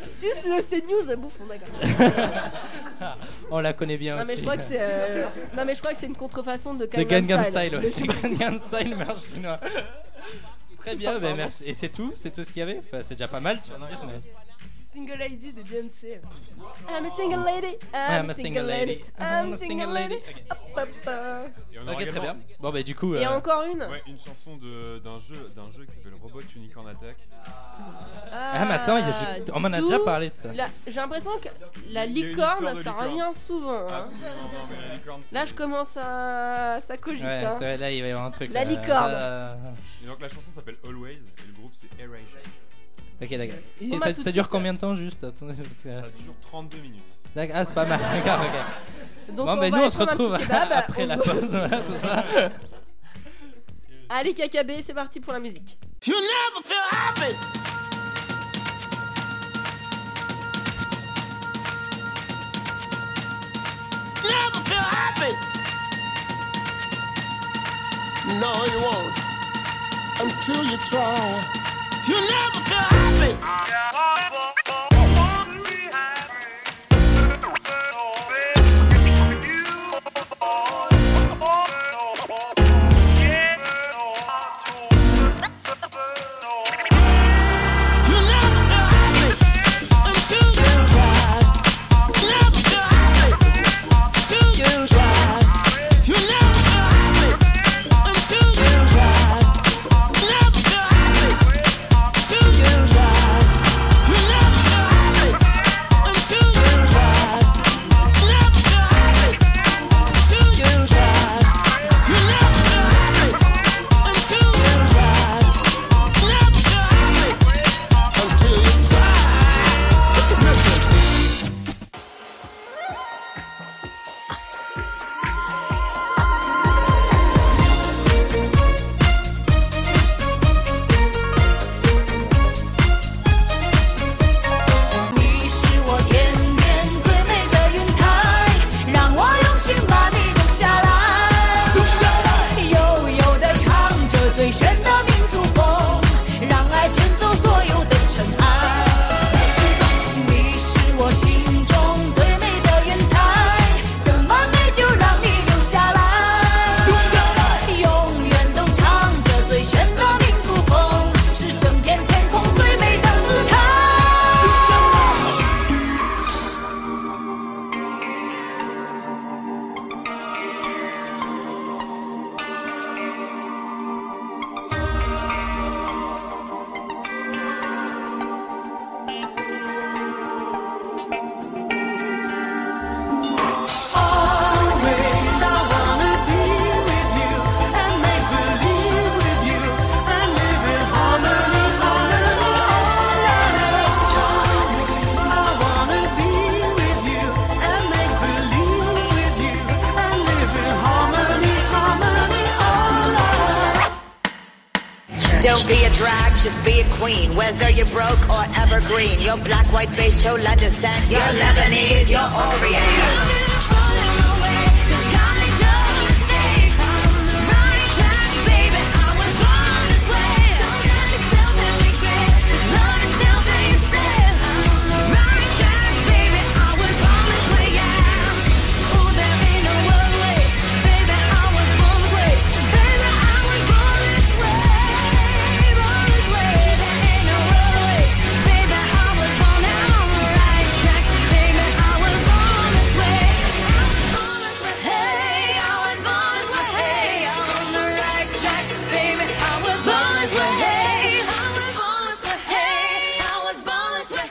[SPEAKER 3] Suce le CNews, bouffon, d'accord.
[SPEAKER 4] On la connaît bien
[SPEAKER 3] Non
[SPEAKER 4] aussi.
[SPEAKER 3] mais, je crois que c'est, euh, non mais je crois que c'est une contrefaçon de
[SPEAKER 4] Le
[SPEAKER 3] Gangnam
[SPEAKER 4] Gangnam
[SPEAKER 3] Style.
[SPEAKER 4] Style, ouais,
[SPEAKER 3] Le-
[SPEAKER 4] c'est Gangnam Style, mais en chinois. Très bien, ben merci. Et c'est tout C'est tout ce qu'il y avait Enfin, C'est déjà pas mal, tu vas me dire. mais-
[SPEAKER 8] Single lady de Beyoncé.
[SPEAKER 3] I'm a single lady.
[SPEAKER 4] I'm a single lady.
[SPEAKER 8] I'm a single lady. Hop, hop, hop.
[SPEAKER 6] Et on
[SPEAKER 4] Ok,
[SPEAKER 6] aura
[SPEAKER 4] très
[SPEAKER 6] également-
[SPEAKER 4] bien. Bon, bah, du coup.
[SPEAKER 3] Et
[SPEAKER 6] euh,
[SPEAKER 3] encore une
[SPEAKER 6] Ouais, une chanson de- d'un jeu, d'un jeu qui s'appelle Robot Unicorn Attack.
[SPEAKER 3] Hein
[SPEAKER 4] Ah, mais attends, il y a-
[SPEAKER 3] du
[SPEAKER 4] on m'en a déjà
[SPEAKER 3] tout,
[SPEAKER 4] parlé de ça.
[SPEAKER 3] Euh, la- J'ai l'impression que la
[SPEAKER 6] Il y a une
[SPEAKER 3] licorne,
[SPEAKER 6] histoire de
[SPEAKER 3] ça
[SPEAKER 6] licorne. Ah.
[SPEAKER 3] revient souvent. hein.
[SPEAKER 6] Non, mais la licorne, c'est-
[SPEAKER 3] Là, je commence à. Ça cogite.
[SPEAKER 4] Ouais,
[SPEAKER 3] hein.
[SPEAKER 4] c'est vrai, là, il va y avoir un truc.
[SPEAKER 3] La
[SPEAKER 4] là.
[SPEAKER 3] licorne.
[SPEAKER 4] Euh,
[SPEAKER 6] Et donc la chanson s'appelle Always et le groupe c'est Erasure.
[SPEAKER 4] Ok, d'accord.
[SPEAKER 6] On
[SPEAKER 4] Et
[SPEAKER 6] m'a
[SPEAKER 4] ça,
[SPEAKER 6] tout
[SPEAKER 4] ça
[SPEAKER 6] de
[SPEAKER 4] dure
[SPEAKER 6] suite.
[SPEAKER 4] combien de temps juste Attendez, parce que-
[SPEAKER 6] Ça dure 32 minutes.
[SPEAKER 4] D'accord, ah, c'est pas mal. D'accord, ok.
[SPEAKER 3] Donc,
[SPEAKER 4] bon,
[SPEAKER 3] on
[SPEAKER 4] ben
[SPEAKER 3] va
[SPEAKER 4] nous, on
[SPEAKER 3] aller
[SPEAKER 4] se
[SPEAKER 3] prendre un
[SPEAKER 4] retrouve
[SPEAKER 3] petit kebab,
[SPEAKER 4] après
[SPEAKER 3] on
[SPEAKER 4] la
[SPEAKER 3] va-
[SPEAKER 4] pause, voilà, c'est ça.
[SPEAKER 3] Allez, KKB, c'est parti pour la musique.
[SPEAKER 15] You never feel happy. Never feel happy. No, you won't. Until you try. You never feel happy. You never feel happy until you try. You never feel happy until you try. You never feel happy until you try. You never feel happy until you try. You never feel happy until you try. You never feel happy until you try. You never feel happy until you try. You never feel happy until you try. Hit the message.
[SPEAKER 16] Don't be a drag, just be a queen. Whether you're broke or evergreen, your black, white, beige, chola descent, your Lebanese, your Orient.
[SPEAKER 15] Baby, I was born on the right track. Baby, I was born this way.
[SPEAKER 4] Oh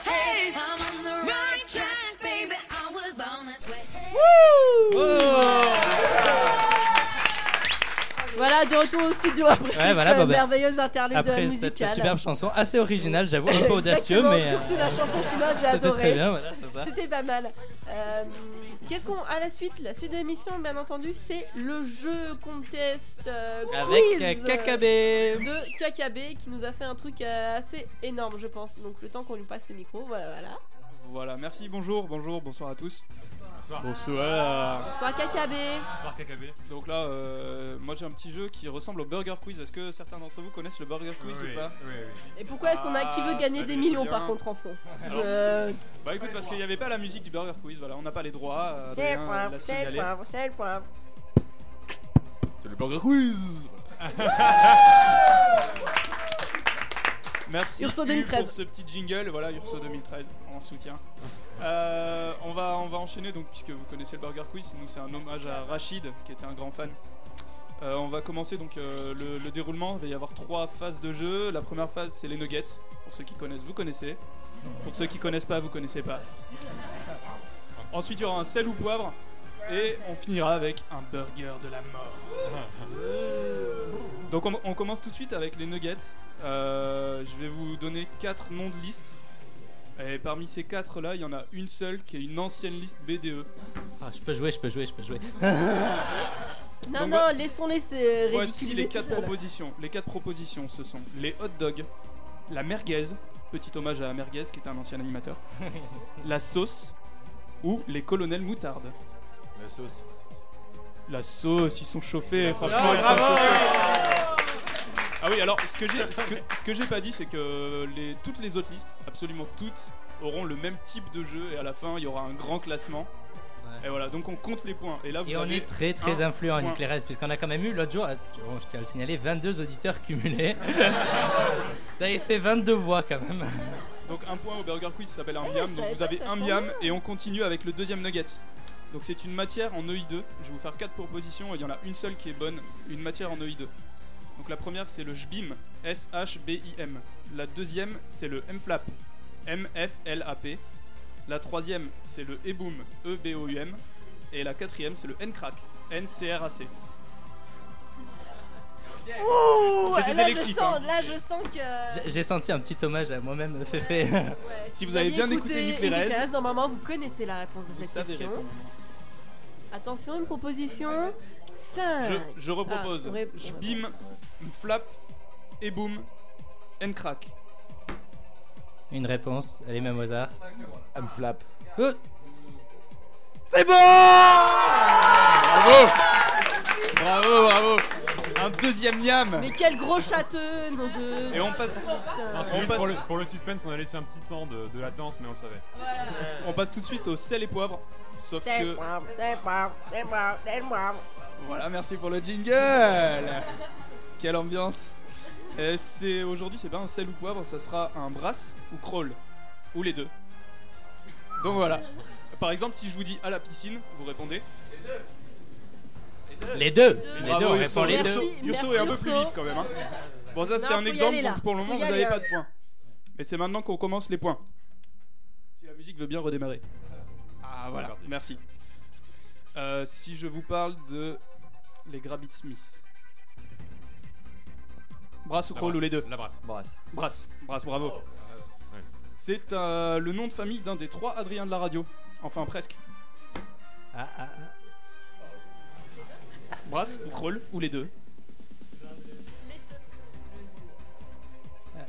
[SPEAKER 3] studio après
[SPEAKER 4] Ouais,
[SPEAKER 3] cette
[SPEAKER 4] voilà,
[SPEAKER 3] euh,
[SPEAKER 4] bah, bah,
[SPEAKER 3] merveilleuse interlude
[SPEAKER 4] Après
[SPEAKER 3] musicale.
[SPEAKER 4] cette superbe chanson, assez originale, j'avoue, un peu audacieux,
[SPEAKER 3] Exactement,
[SPEAKER 4] mais. euh,
[SPEAKER 3] surtout la chanson chinoise, j'ai
[SPEAKER 4] C'était
[SPEAKER 3] adoré.
[SPEAKER 4] très bien, voilà, c'est ça.
[SPEAKER 3] C'était pas mal. Euh, Qu'est-ce qu'on a la suite La suite de l'émission, bien entendu, c'est le jeu contest euh,
[SPEAKER 4] Avec,
[SPEAKER 3] quiz,
[SPEAKER 4] euh, KKB.
[SPEAKER 3] euh, de KKB qui nous a fait un truc euh, assez énorme, je pense. Donc le temps qu'on lui passe le micro, voilà, voilà.
[SPEAKER 17] Voilà, merci, bonjour, bonjour, bonsoir à tous. Bonsoir. Bonsoir.
[SPEAKER 3] Bonsoir KKB.
[SPEAKER 17] Donc là, euh, moi j'ai un petit jeu qui ressemble au Burger Quiz. Est-ce que certains d'entre vous connaissent le Burger Quiz
[SPEAKER 6] Oui,
[SPEAKER 17] ou pas
[SPEAKER 6] oui, oui.
[SPEAKER 3] Et pourquoi est-ce qu'on a qui veut gagner
[SPEAKER 17] ça
[SPEAKER 3] des
[SPEAKER 17] fait
[SPEAKER 3] millions, par contre, en fond
[SPEAKER 17] Alors,
[SPEAKER 3] Euh,
[SPEAKER 17] Bah écoute, parce qu'il n'y avait pas la musique du Burger Quiz, voilà, on n'a pas les droits. euh,
[SPEAKER 3] C'est
[SPEAKER 17] Adrien,
[SPEAKER 3] le poivre,
[SPEAKER 17] l'a
[SPEAKER 3] c'est le
[SPEAKER 17] signalé.
[SPEAKER 3] poivre, c'est le poivre.
[SPEAKER 17] C'est le Burger Quiz Merci
[SPEAKER 3] Urso
[SPEAKER 17] Hugh
[SPEAKER 3] 2013.
[SPEAKER 17] pour ce petit jingle, voilà Urso 2013 en soutien. Euh, on, va, on va enchaîner donc puisque vous connaissez le Burger Quiz, nous c'est un hommage à Rachid qui était un grand fan. Euh, on va commencer donc euh, le, le déroulement, il va y avoir trois phases de jeu. La première phase c'est les nuggets, pour ceux qui connaissent vous connaissez, pour ceux qui connaissent pas vous connaissez pas. Ensuite il y aura un sel ou poivre et on finira avec un burger de la mort. Donc on, on commence tout de suite avec les nuggets. Euh, je vais vous donner quatre noms de listes. Et parmi ces quatre là, il y en a une seule qui est une ancienne liste E. BDE.
[SPEAKER 4] Ah, je peux jouer, je peux jouer, je peux jouer.
[SPEAKER 3] Non,
[SPEAKER 17] Donc,
[SPEAKER 3] non,
[SPEAKER 17] vo-
[SPEAKER 3] laissons-les se
[SPEAKER 17] Voici
[SPEAKER 3] ridiculiser
[SPEAKER 17] les
[SPEAKER 3] tout
[SPEAKER 17] quatre
[SPEAKER 3] seul.
[SPEAKER 17] propositions. Les quatre propositions, ce sont les hot dogs, la merguez, petit hommage à merguez qui était un ancien animateur, la sauce ou les colonels moutarde.
[SPEAKER 9] La sauce.
[SPEAKER 17] La sauce, ils sont chauffés, franchement,
[SPEAKER 9] Bravo,
[SPEAKER 17] ils sont
[SPEAKER 9] bravo.
[SPEAKER 17] chauffés. Ah oui, alors ce que j'ai ce que, ce que j'ai pas dit, c'est que les, toutes les autres listes, absolument toutes, auront le même type de jeu et à la fin il y aura un grand classement. Et voilà, donc on compte les points. Et là, vous
[SPEAKER 4] Et on
[SPEAKER 17] avez
[SPEAKER 4] est très très
[SPEAKER 17] un
[SPEAKER 4] influent,
[SPEAKER 17] point.
[SPEAKER 4] Nick Lérez, puisqu'on a quand même eu l'autre jour, ah, tu- bon, je tiens à le signaler, 22 auditeurs cumulés. D'ailleurs, c'est 22 voix quand même.
[SPEAKER 17] Donc un point au Burger Quiz ça s'appelle un
[SPEAKER 4] Ah,
[SPEAKER 17] miam.
[SPEAKER 4] je
[SPEAKER 17] Donc
[SPEAKER 4] savais
[SPEAKER 17] vous
[SPEAKER 4] pas
[SPEAKER 17] avez
[SPEAKER 4] que ça
[SPEAKER 17] un
[SPEAKER 4] se
[SPEAKER 17] miam
[SPEAKER 4] prenait.
[SPEAKER 17] et on continue avec le deuxième nugget. Donc c'est une matière en EI2. Je vais vous faire quatre propositions et il y en a une seule qui est bonne. Une matière en EI2. Donc la première c'est le SHBIM. S-H-B-I-M. La deuxième c'est le MFLAP. M-F-L-A-P. La troisième c'est le E EBOOM. E-B-O-U-M. Et la quatrième c'est le NCRAC. N-C-R-A-C.
[SPEAKER 3] Ouh,
[SPEAKER 17] C'était
[SPEAKER 3] Oh, là, je
[SPEAKER 17] sélectif,
[SPEAKER 3] sens-
[SPEAKER 17] hein.
[SPEAKER 3] Là, je sens que.
[SPEAKER 4] J'ai- J'ai senti un petit hommage à moi-même, Féfé.
[SPEAKER 17] Si vous avez bien écouté Nick
[SPEAKER 3] Eric
[SPEAKER 17] Lérez,
[SPEAKER 3] Lérez, normalement, vous connaissez la réponse de
[SPEAKER 17] vous
[SPEAKER 3] cette
[SPEAKER 17] savez
[SPEAKER 3] question.
[SPEAKER 17] répondre.
[SPEAKER 3] Attention, une proposition.
[SPEAKER 4] Ah.
[SPEAKER 3] 5.
[SPEAKER 17] Je, je repropose. je bim, flap, E et boum, and crack.
[SPEAKER 4] Une réponse, elle est même au hasard.
[SPEAKER 5] me flap.
[SPEAKER 4] Euh,
[SPEAKER 17] C'est bon Bravo Bravo, bravo Un deuxième miam
[SPEAKER 3] Mais quel gros châteux, nom de.
[SPEAKER 6] Et on passe.
[SPEAKER 3] Putain.
[SPEAKER 6] Non, c'était
[SPEAKER 17] On
[SPEAKER 6] juste
[SPEAKER 17] passe-
[SPEAKER 6] Pour, le, pour le suspense, on a laissé un petit temps de, de latence, mais on le savait.
[SPEAKER 17] On passe tout de suite au sel et poivre. Sauf
[SPEAKER 15] C'est
[SPEAKER 17] que.
[SPEAKER 15] moi, c'est moi, c'est moi, c'est moi.
[SPEAKER 17] Voilà, merci pour le jingle Quelle ambiance Euh, C'est Aujourd'hui, c'est pas un sel ou poivre, ça sera un brass ou crawl. Ou les deux. Donc voilà. Par exemple, si je vous dis à la piscine, vous répondez
[SPEAKER 4] Les deux
[SPEAKER 17] Les
[SPEAKER 4] Les
[SPEAKER 17] Bravo,
[SPEAKER 4] deux, on
[SPEAKER 17] Urso.
[SPEAKER 4] répond les
[SPEAKER 17] Urso-
[SPEAKER 4] deux.
[SPEAKER 17] Urso
[SPEAKER 3] merci,
[SPEAKER 17] est un peu
[SPEAKER 3] Urso.
[SPEAKER 17] plus vif quand même. hein. Bon, ça
[SPEAKER 3] Non,
[SPEAKER 17] c'était
[SPEAKER 3] faut
[SPEAKER 17] un
[SPEAKER 3] y
[SPEAKER 17] exemple,
[SPEAKER 3] aller, là.
[SPEAKER 17] donc pour le
[SPEAKER 3] Faut
[SPEAKER 17] moment
[SPEAKER 3] y
[SPEAKER 17] vous
[SPEAKER 3] aller,
[SPEAKER 17] n'avez pas
[SPEAKER 3] hein.
[SPEAKER 17] de points. Mais c'est maintenant qu'on commence les points. Si la musique veut bien redémarrer. Ah voilà, merci. Euh, si je vous parle de les Grabbit Smith. Brass ou
[SPEAKER 6] La
[SPEAKER 17] crawl
[SPEAKER 6] brasse.
[SPEAKER 17] ou les deux
[SPEAKER 6] La brasse.
[SPEAKER 17] Brass. Brass, bravo.
[SPEAKER 6] Ouais.
[SPEAKER 17] C'est euh, le nom de famille d'un des trois Adrien de la radio. Enfin presque.
[SPEAKER 4] Ah, ah, ah.
[SPEAKER 17] Brass ou crawl ou les deux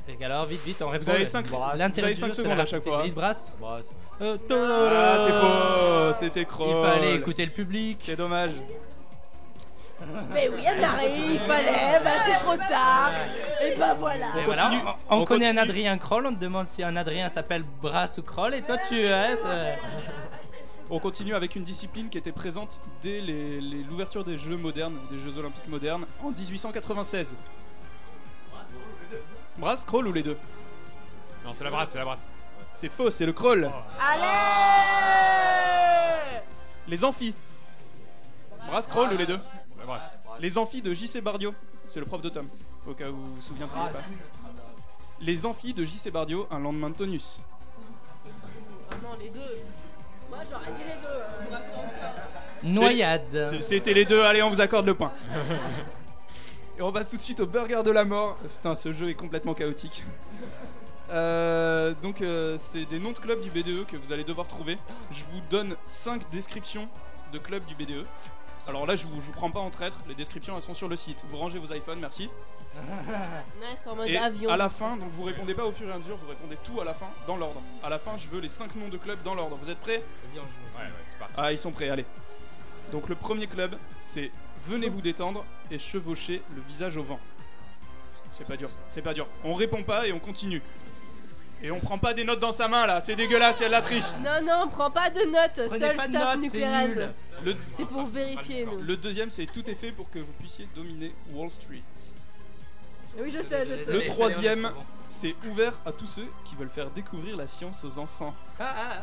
[SPEAKER 4] Et alors, vite, vite, on répond.
[SPEAKER 17] Vous avez 5 secondes à chaque fois.
[SPEAKER 4] Vite, brasse.
[SPEAKER 5] bah,
[SPEAKER 4] Euh,
[SPEAKER 17] Ah, c'est faux, c'était
[SPEAKER 4] Il
[SPEAKER 17] Kroll.
[SPEAKER 4] fallait écouter le public.
[SPEAKER 17] C'est dommage.
[SPEAKER 3] Mais oui, elle arrive, il fallait, bah, c'est trop tard. Et bah voilà.
[SPEAKER 4] Et voilà, on, on connaît un Adrien Kroll, on te demande si un Adrien s'appelle Brass ou Kroll, et toi tu es. euh,
[SPEAKER 17] On continue avec une discipline qui était présente dès les- les- l'ouverture des Jeux modernes, des Jeux olympiques modernes, en 1896. Brass, crawl ou les deux
[SPEAKER 6] Non, c'est la brasse, c'est la brasse.
[SPEAKER 17] C'est faux, c'est le crawl.
[SPEAKER 8] Allez
[SPEAKER 17] Les amphis. Brass, crawl ou les deux
[SPEAKER 6] La brasse.
[SPEAKER 17] Les amphis de J.C. Bardio. C'est le prof de Tom, au cas où vous vous souviendriez pas. Les amphis de J.C. Bardio, un lendemain de tonus.
[SPEAKER 3] Ah non, les deux. Moi, j'aurais dit les deux. hein.
[SPEAKER 17] C'est-
[SPEAKER 4] Noyade.
[SPEAKER 17] c- C'était les deux, allez, on vous accorde le point. Et on passe tout de suite au burger de la mort. Putain, ce jeu est complètement chaotique. Euh, donc, euh, c'est des noms de clubs du BDE que vous allez devoir trouver. Je vous donne 5 descriptions de clubs du BDE. Alors là, je vous, je vous prends pas en traître, les descriptions elles sont sur le site. Vous rangez vos iPhones, merci.
[SPEAKER 3] Ouais, c'est en mode
[SPEAKER 17] Et
[SPEAKER 3] avion.
[SPEAKER 17] À la fin, donc vous répondez pas au fur et à mesure, vous répondez tout à la fin, dans l'ordre. À la fin, je veux les 5 noms de clubs dans l'ordre. Vous êtes prêts
[SPEAKER 4] Vas-y, on joue. Ouais, ouais, c'est parti.
[SPEAKER 17] Ah, ils sont prêts, allez. Donc le premier club, c'est Venez vous détendre et chevaucher le visage au vent. C'est pas dur, c'est pas dur. On répond pas et on continue. Et on prend pas des notes dans sa main là, c'est dégueulasse, il y a de la triche.
[SPEAKER 3] Non, non, prends pas de notes,
[SPEAKER 17] Prenez
[SPEAKER 3] seul
[SPEAKER 17] pas de
[SPEAKER 3] staff
[SPEAKER 17] notes, c'est
[SPEAKER 3] nucléaise.
[SPEAKER 17] nul. Le-
[SPEAKER 3] C'est pour vérifier, nous.
[SPEAKER 17] Le deuxième, c'est tout est fait pour que vous puissiez dominer Wall Street.
[SPEAKER 3] Oui, je sais, je sais.
[SPEAKER 17] Le troisième, c'est ouvert à tous ceux qui veulent faire découvrir la science aux enfants.
[SPEAKER 15] Ah,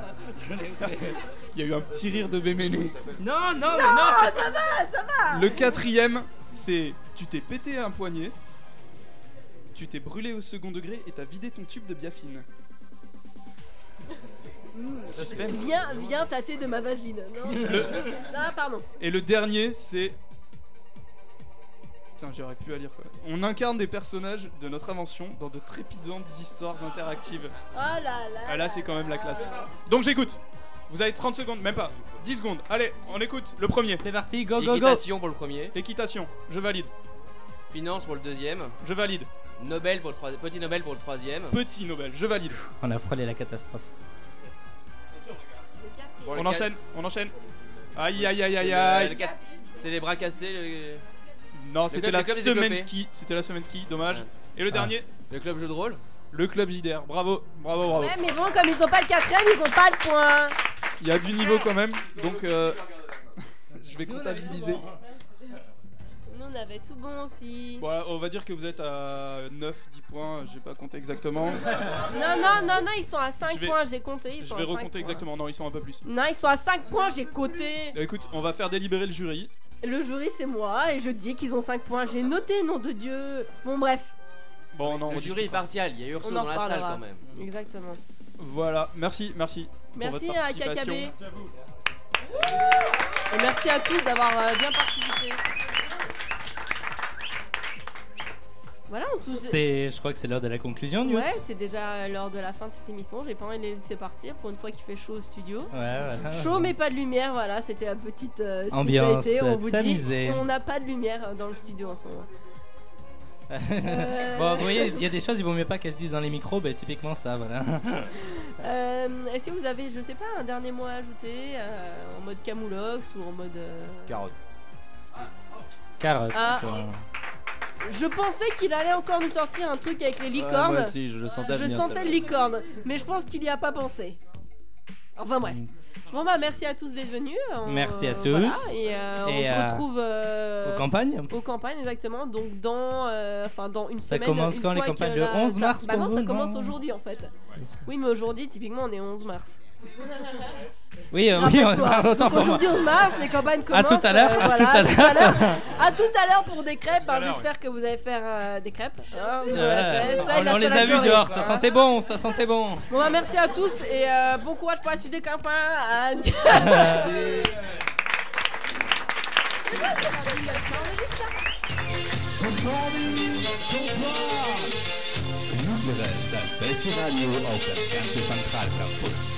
[SPEAKER 17] Il y a eu un petit rire de Béméné.
[SPEAKER 15] Non, non,
[SPEAKER 17] mais non,
[SPEAKER 15] ça
[SPEAKER 17] ça
[SPEAKER 15] va, ça va.
[SPEAKER 17] Le quatrième, c'est tu t'es pété un poignet, tu t'es brûlé au second degré et t'as vidé ton tube de biafine.
[SPEAKER 3] Mm.
[SPEAKER 17] Suspense.
[SPEAKER 3] Viens, viens tâter de ma vaseline. Non, je-
[SPEAKER 17] Le-
[SPEAKER 3] Ah, pardon.
[SPEAKER 17] Et le dernier, c'est. Putain, j'aurais pu à lire quoi. On incarne des personnages de notre invention dans de trépidantes histoires interactives.
[SPEAKER 3] Oh là là.
[SPEAKER 17] Ah là, c'est quand même la classe. Donc j'écoute. Vous avez 30 secondes, même pas. 10 secondes. Allez, on écoute. Le premier. C'est parti, go,
[SPEAKER 10] go, go. Équitation pour le premier.
[SPEAKER 17] Équitation, je valide.
[SPEAKER 10] Finance pour le deuxième.
[SPEAKER 17] Je valide.
[SPEAKER 10] Nobel pour le troisième. Petit Nobel pour le troisième.
[SPEAKER 17] Petit Nobel, je valide.
[SPEAKER 4] On a frôlé la catastrophe.
[SPEAKER 10] Bon,
[SPEAKER 17] on
[SPEAKER 10] le
[SPEAKER 17] enchaîne, on enchaîne. Aïe, aïe, aïe, aïe,
[SPEAKER 10] C'est le-
[SPEAKER 17] aïe.
[SPEAKER 10] le quatre- C'est les bras cassés. le-
[SPEAKER 17] Non,
[SPEAKER 10] Le
[SPEAKER 17] c'était
[SPEAKER 10] club-
[SPEAKER 17] la
[SPEAKER 10] le club des
[SPEAKER 17] semaine
[SPEAKER 10] développés.
[SPEAKER 17] ski. C'était la semaine ski, dommage. Et le
[SPEAKER 10] Ah.
[SPEAKER 17] dernier
[SPEAKER 10] Le club jeu de rôle
[SPEAKER 17] Le club JDR. Bravo, bravo, bravo.
[SPEAKER 3] Ouais, mais bon, comme ils ont pas le quatrième, ils ont pas le point.
[SPEAKER 17] Il y a du niveau quand même, donc euh, je vais comptabiliser.
[SPEAKER 10] hein.
[SPEAKER 3] Nous, on avait tout bon aussi.
[SPEAKER 17] Voilà, on va dire que vous êtes à 9, 10 points, j'ai pas compté exactement.
[SPEAKER 3] Non, non, non, non, ils sont à
[SPEAKER 17] euh,
[SPEAKER 3] 5
[SPEAKER 17] Je vais-
[SPEAKER 3] points, j'ai compté. Ils
[SPEAKER 17] Je
[SPEAKER 3] sont
[SPEAKER 17] vais
[SPEAKER 3] à cinq
[SPEAKER 17] recompter
[SPEAKER 3] points.
[SPEAKER 17] exactement, non, ils sont un peu plus.
[SPEAKER 3] Non, ils sont à 5 points, j'ai coté.
[SPEAKER 17] Écoute, on va faire délibérer le jury.
[SPEAKER 3] Le jury, c'est moi, et je dis qu'ils ont 5 points. J'ai noté, nom de Dieu. Bon, bref,
[SPEAKER 17] Bon, non,
[SPEAKER 10] Le
[SPEAKER 17] on
[SPEAKER 10] jury est
[SPEAKER 17] discutera.
[SPEAKER 10] partial, il y a Urso
[SPEAKER 3] on en
[SPEAKER 10] dans la salle
[SPEAKER 3] reparlera.
[SPEAKER 10] quand même.
[SPEAKER 3] Exactement.
[SPEAKER 17] Voilà, merci, merci. pour
[SPEAKER 3] Merci
[SPEAKER 17] votre
[SPEAKER 3] à KKB.
[SPEAKER 17] participation.
[SPEAKER 3] Merci à vous. Et merci à tous d'avoir euh, bien participé. Voilà, on touche.
[SPEAKER 4] C'est, je crois que c'est l'heure de la conclusion, Newt.
[SPEAKER 3] Ouais, c'est déjà euh, l'heure de la fin de cette émission. J'ai pas envie de les laisser partir pour une fois qu'il fait chaud au studio.
[SPEAKER 4] voilà.
[SPEAKER 3] Chaud mais pas de lumière, voilà, c'était la petite euh,
[SPEAKER 4] Ah. Ambiance
[SPEAKER 3] spécialité. on vous
[SPEAKER 4] tamisée.
[SPEAKER 3] dit, on n'a pas de lumière euh, dans le studio en ce moment. Euh.
[SPEAKER 4] Bon, vous voyez, il y a des choses, il vaut mieux pas qu'elles se disent dans les micros, bah typiquement ça, voilà.
[SPEAKER 3] Ah. Euh, Est-ce que vous avez, je sais pas, un dernier mot à ajouter euh, en mode camoulox ou en mode. euh,
[SPEAKER 5] Carotte.
[SPEAKER 4] Carotte.
[SPEAKER 3] Ah.
[SPEAKER 4] euh,
[SPEAKER 3] Je pensais qu'il allait encore nous sortir un truc avec les licornes.
[SPEAKER 2] moi aussi, je le sentais
[SPEAKER 3] Je
[SPEAKER 2] venir,
[SPEAKER 3] sentais
[SPEAKER 2] celle-là.
[SPEAKER 3] le licorne, mais je pense qu'il y a pas pensé. Enfin bref. Bon bah merci à tous d'être venus. On-
[SPEAKER 4] Merci à tous.
[SPEAKER 3] voilà, et euh,
[SPEAKER 4] Et,
[SPEAKER 3] on
[SPEAKER 4] euh,
[SPEAKER 3] se retrouve euh,
[SPEAKER 4] aux campagnes
[SPEAKER 3] Aux campagnes exactement. Donc dans euh, enfin dans une
[SPEAKER 4] Ça
[SPEAKER 3] semaine.
[SPEAKER 4] commence
[SPEAKER 3] une
[SPEAKER 4] quand, les
[SPEAKER 3] fois que
[SPEAKER 4] campagnes
[SPEAKER 3] la-
[SPEAKER 4] Le 11
[SPEAKER 3] ça-
[SPEAKER 4] mars
[SPEAKER 3] Bah
[SPEAKER 4] pour
[SPEAKER 3] non,
[SPEAKER 4] vous,
[SPEAKER 3] ça
[SPEAKER 4] non
[SPEAKER 3] commence aujourd'hui en fait. Oui mais aujourd'hui typiquement on est 11 mars.
[SPEAKER 4] Oui, euh, oui, on
[SPEAKER 3] Rappelle-toi.
[SPEAKER 4] parle autant
[SPEAKER 3] Donc
[SPEAKER 4] pour moi.
[SPEAKER 3] aujourd'hui 11 mars les campagnes
[SPEAKER 4] À
[SPEAKER 3] commencent.
[SPEAKER 4] tout à l'heure,
[SPEAKER 3] euh,
[SPEAKER 4] à
[SPEAKER 3] voilà,
[SPEAKER 4] tout à l'heure.
[SPEAKER 3] À tout à l'heure pour des crêpes.
[SPEAKER 4] à
[SPEAKER 3] hein,
[SPEAKER 4] l'heure,
[SPEAKER 3] J'espère que vous allez faire euh, des crêpes. hein, vous
[SPEAKER 4] Euh,
[SPEAKER 3] avez fait ça et de la
[SPEAKER 4] on on les a
[SPEAKER 3] salade
[SPEAKER 4] vus
[SPEAKER 3] beurrée,
[SPEAKER 4] dehors,
[SPEAKER 3] quoi,
[SPEAKER 4] ça
[SPEAKER 3] hein.
[SPEAKER 4] sentait bon, ça sentait bon.
[SPEAKER 3] Bon bah merci à tous et euh, bon courage pour la suite des campagnes. Adieu.
[SPEAKER 18] Ungerecht, das beste Radio auf das ganze Zentralcampus.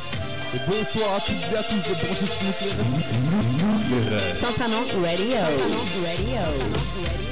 [SPEAKER 18] Bonsoir à toutes et à tous de Branches Nucléaires. Ungerecht.
[SPEAKER 15] Santanon Radio. Santanon Radio.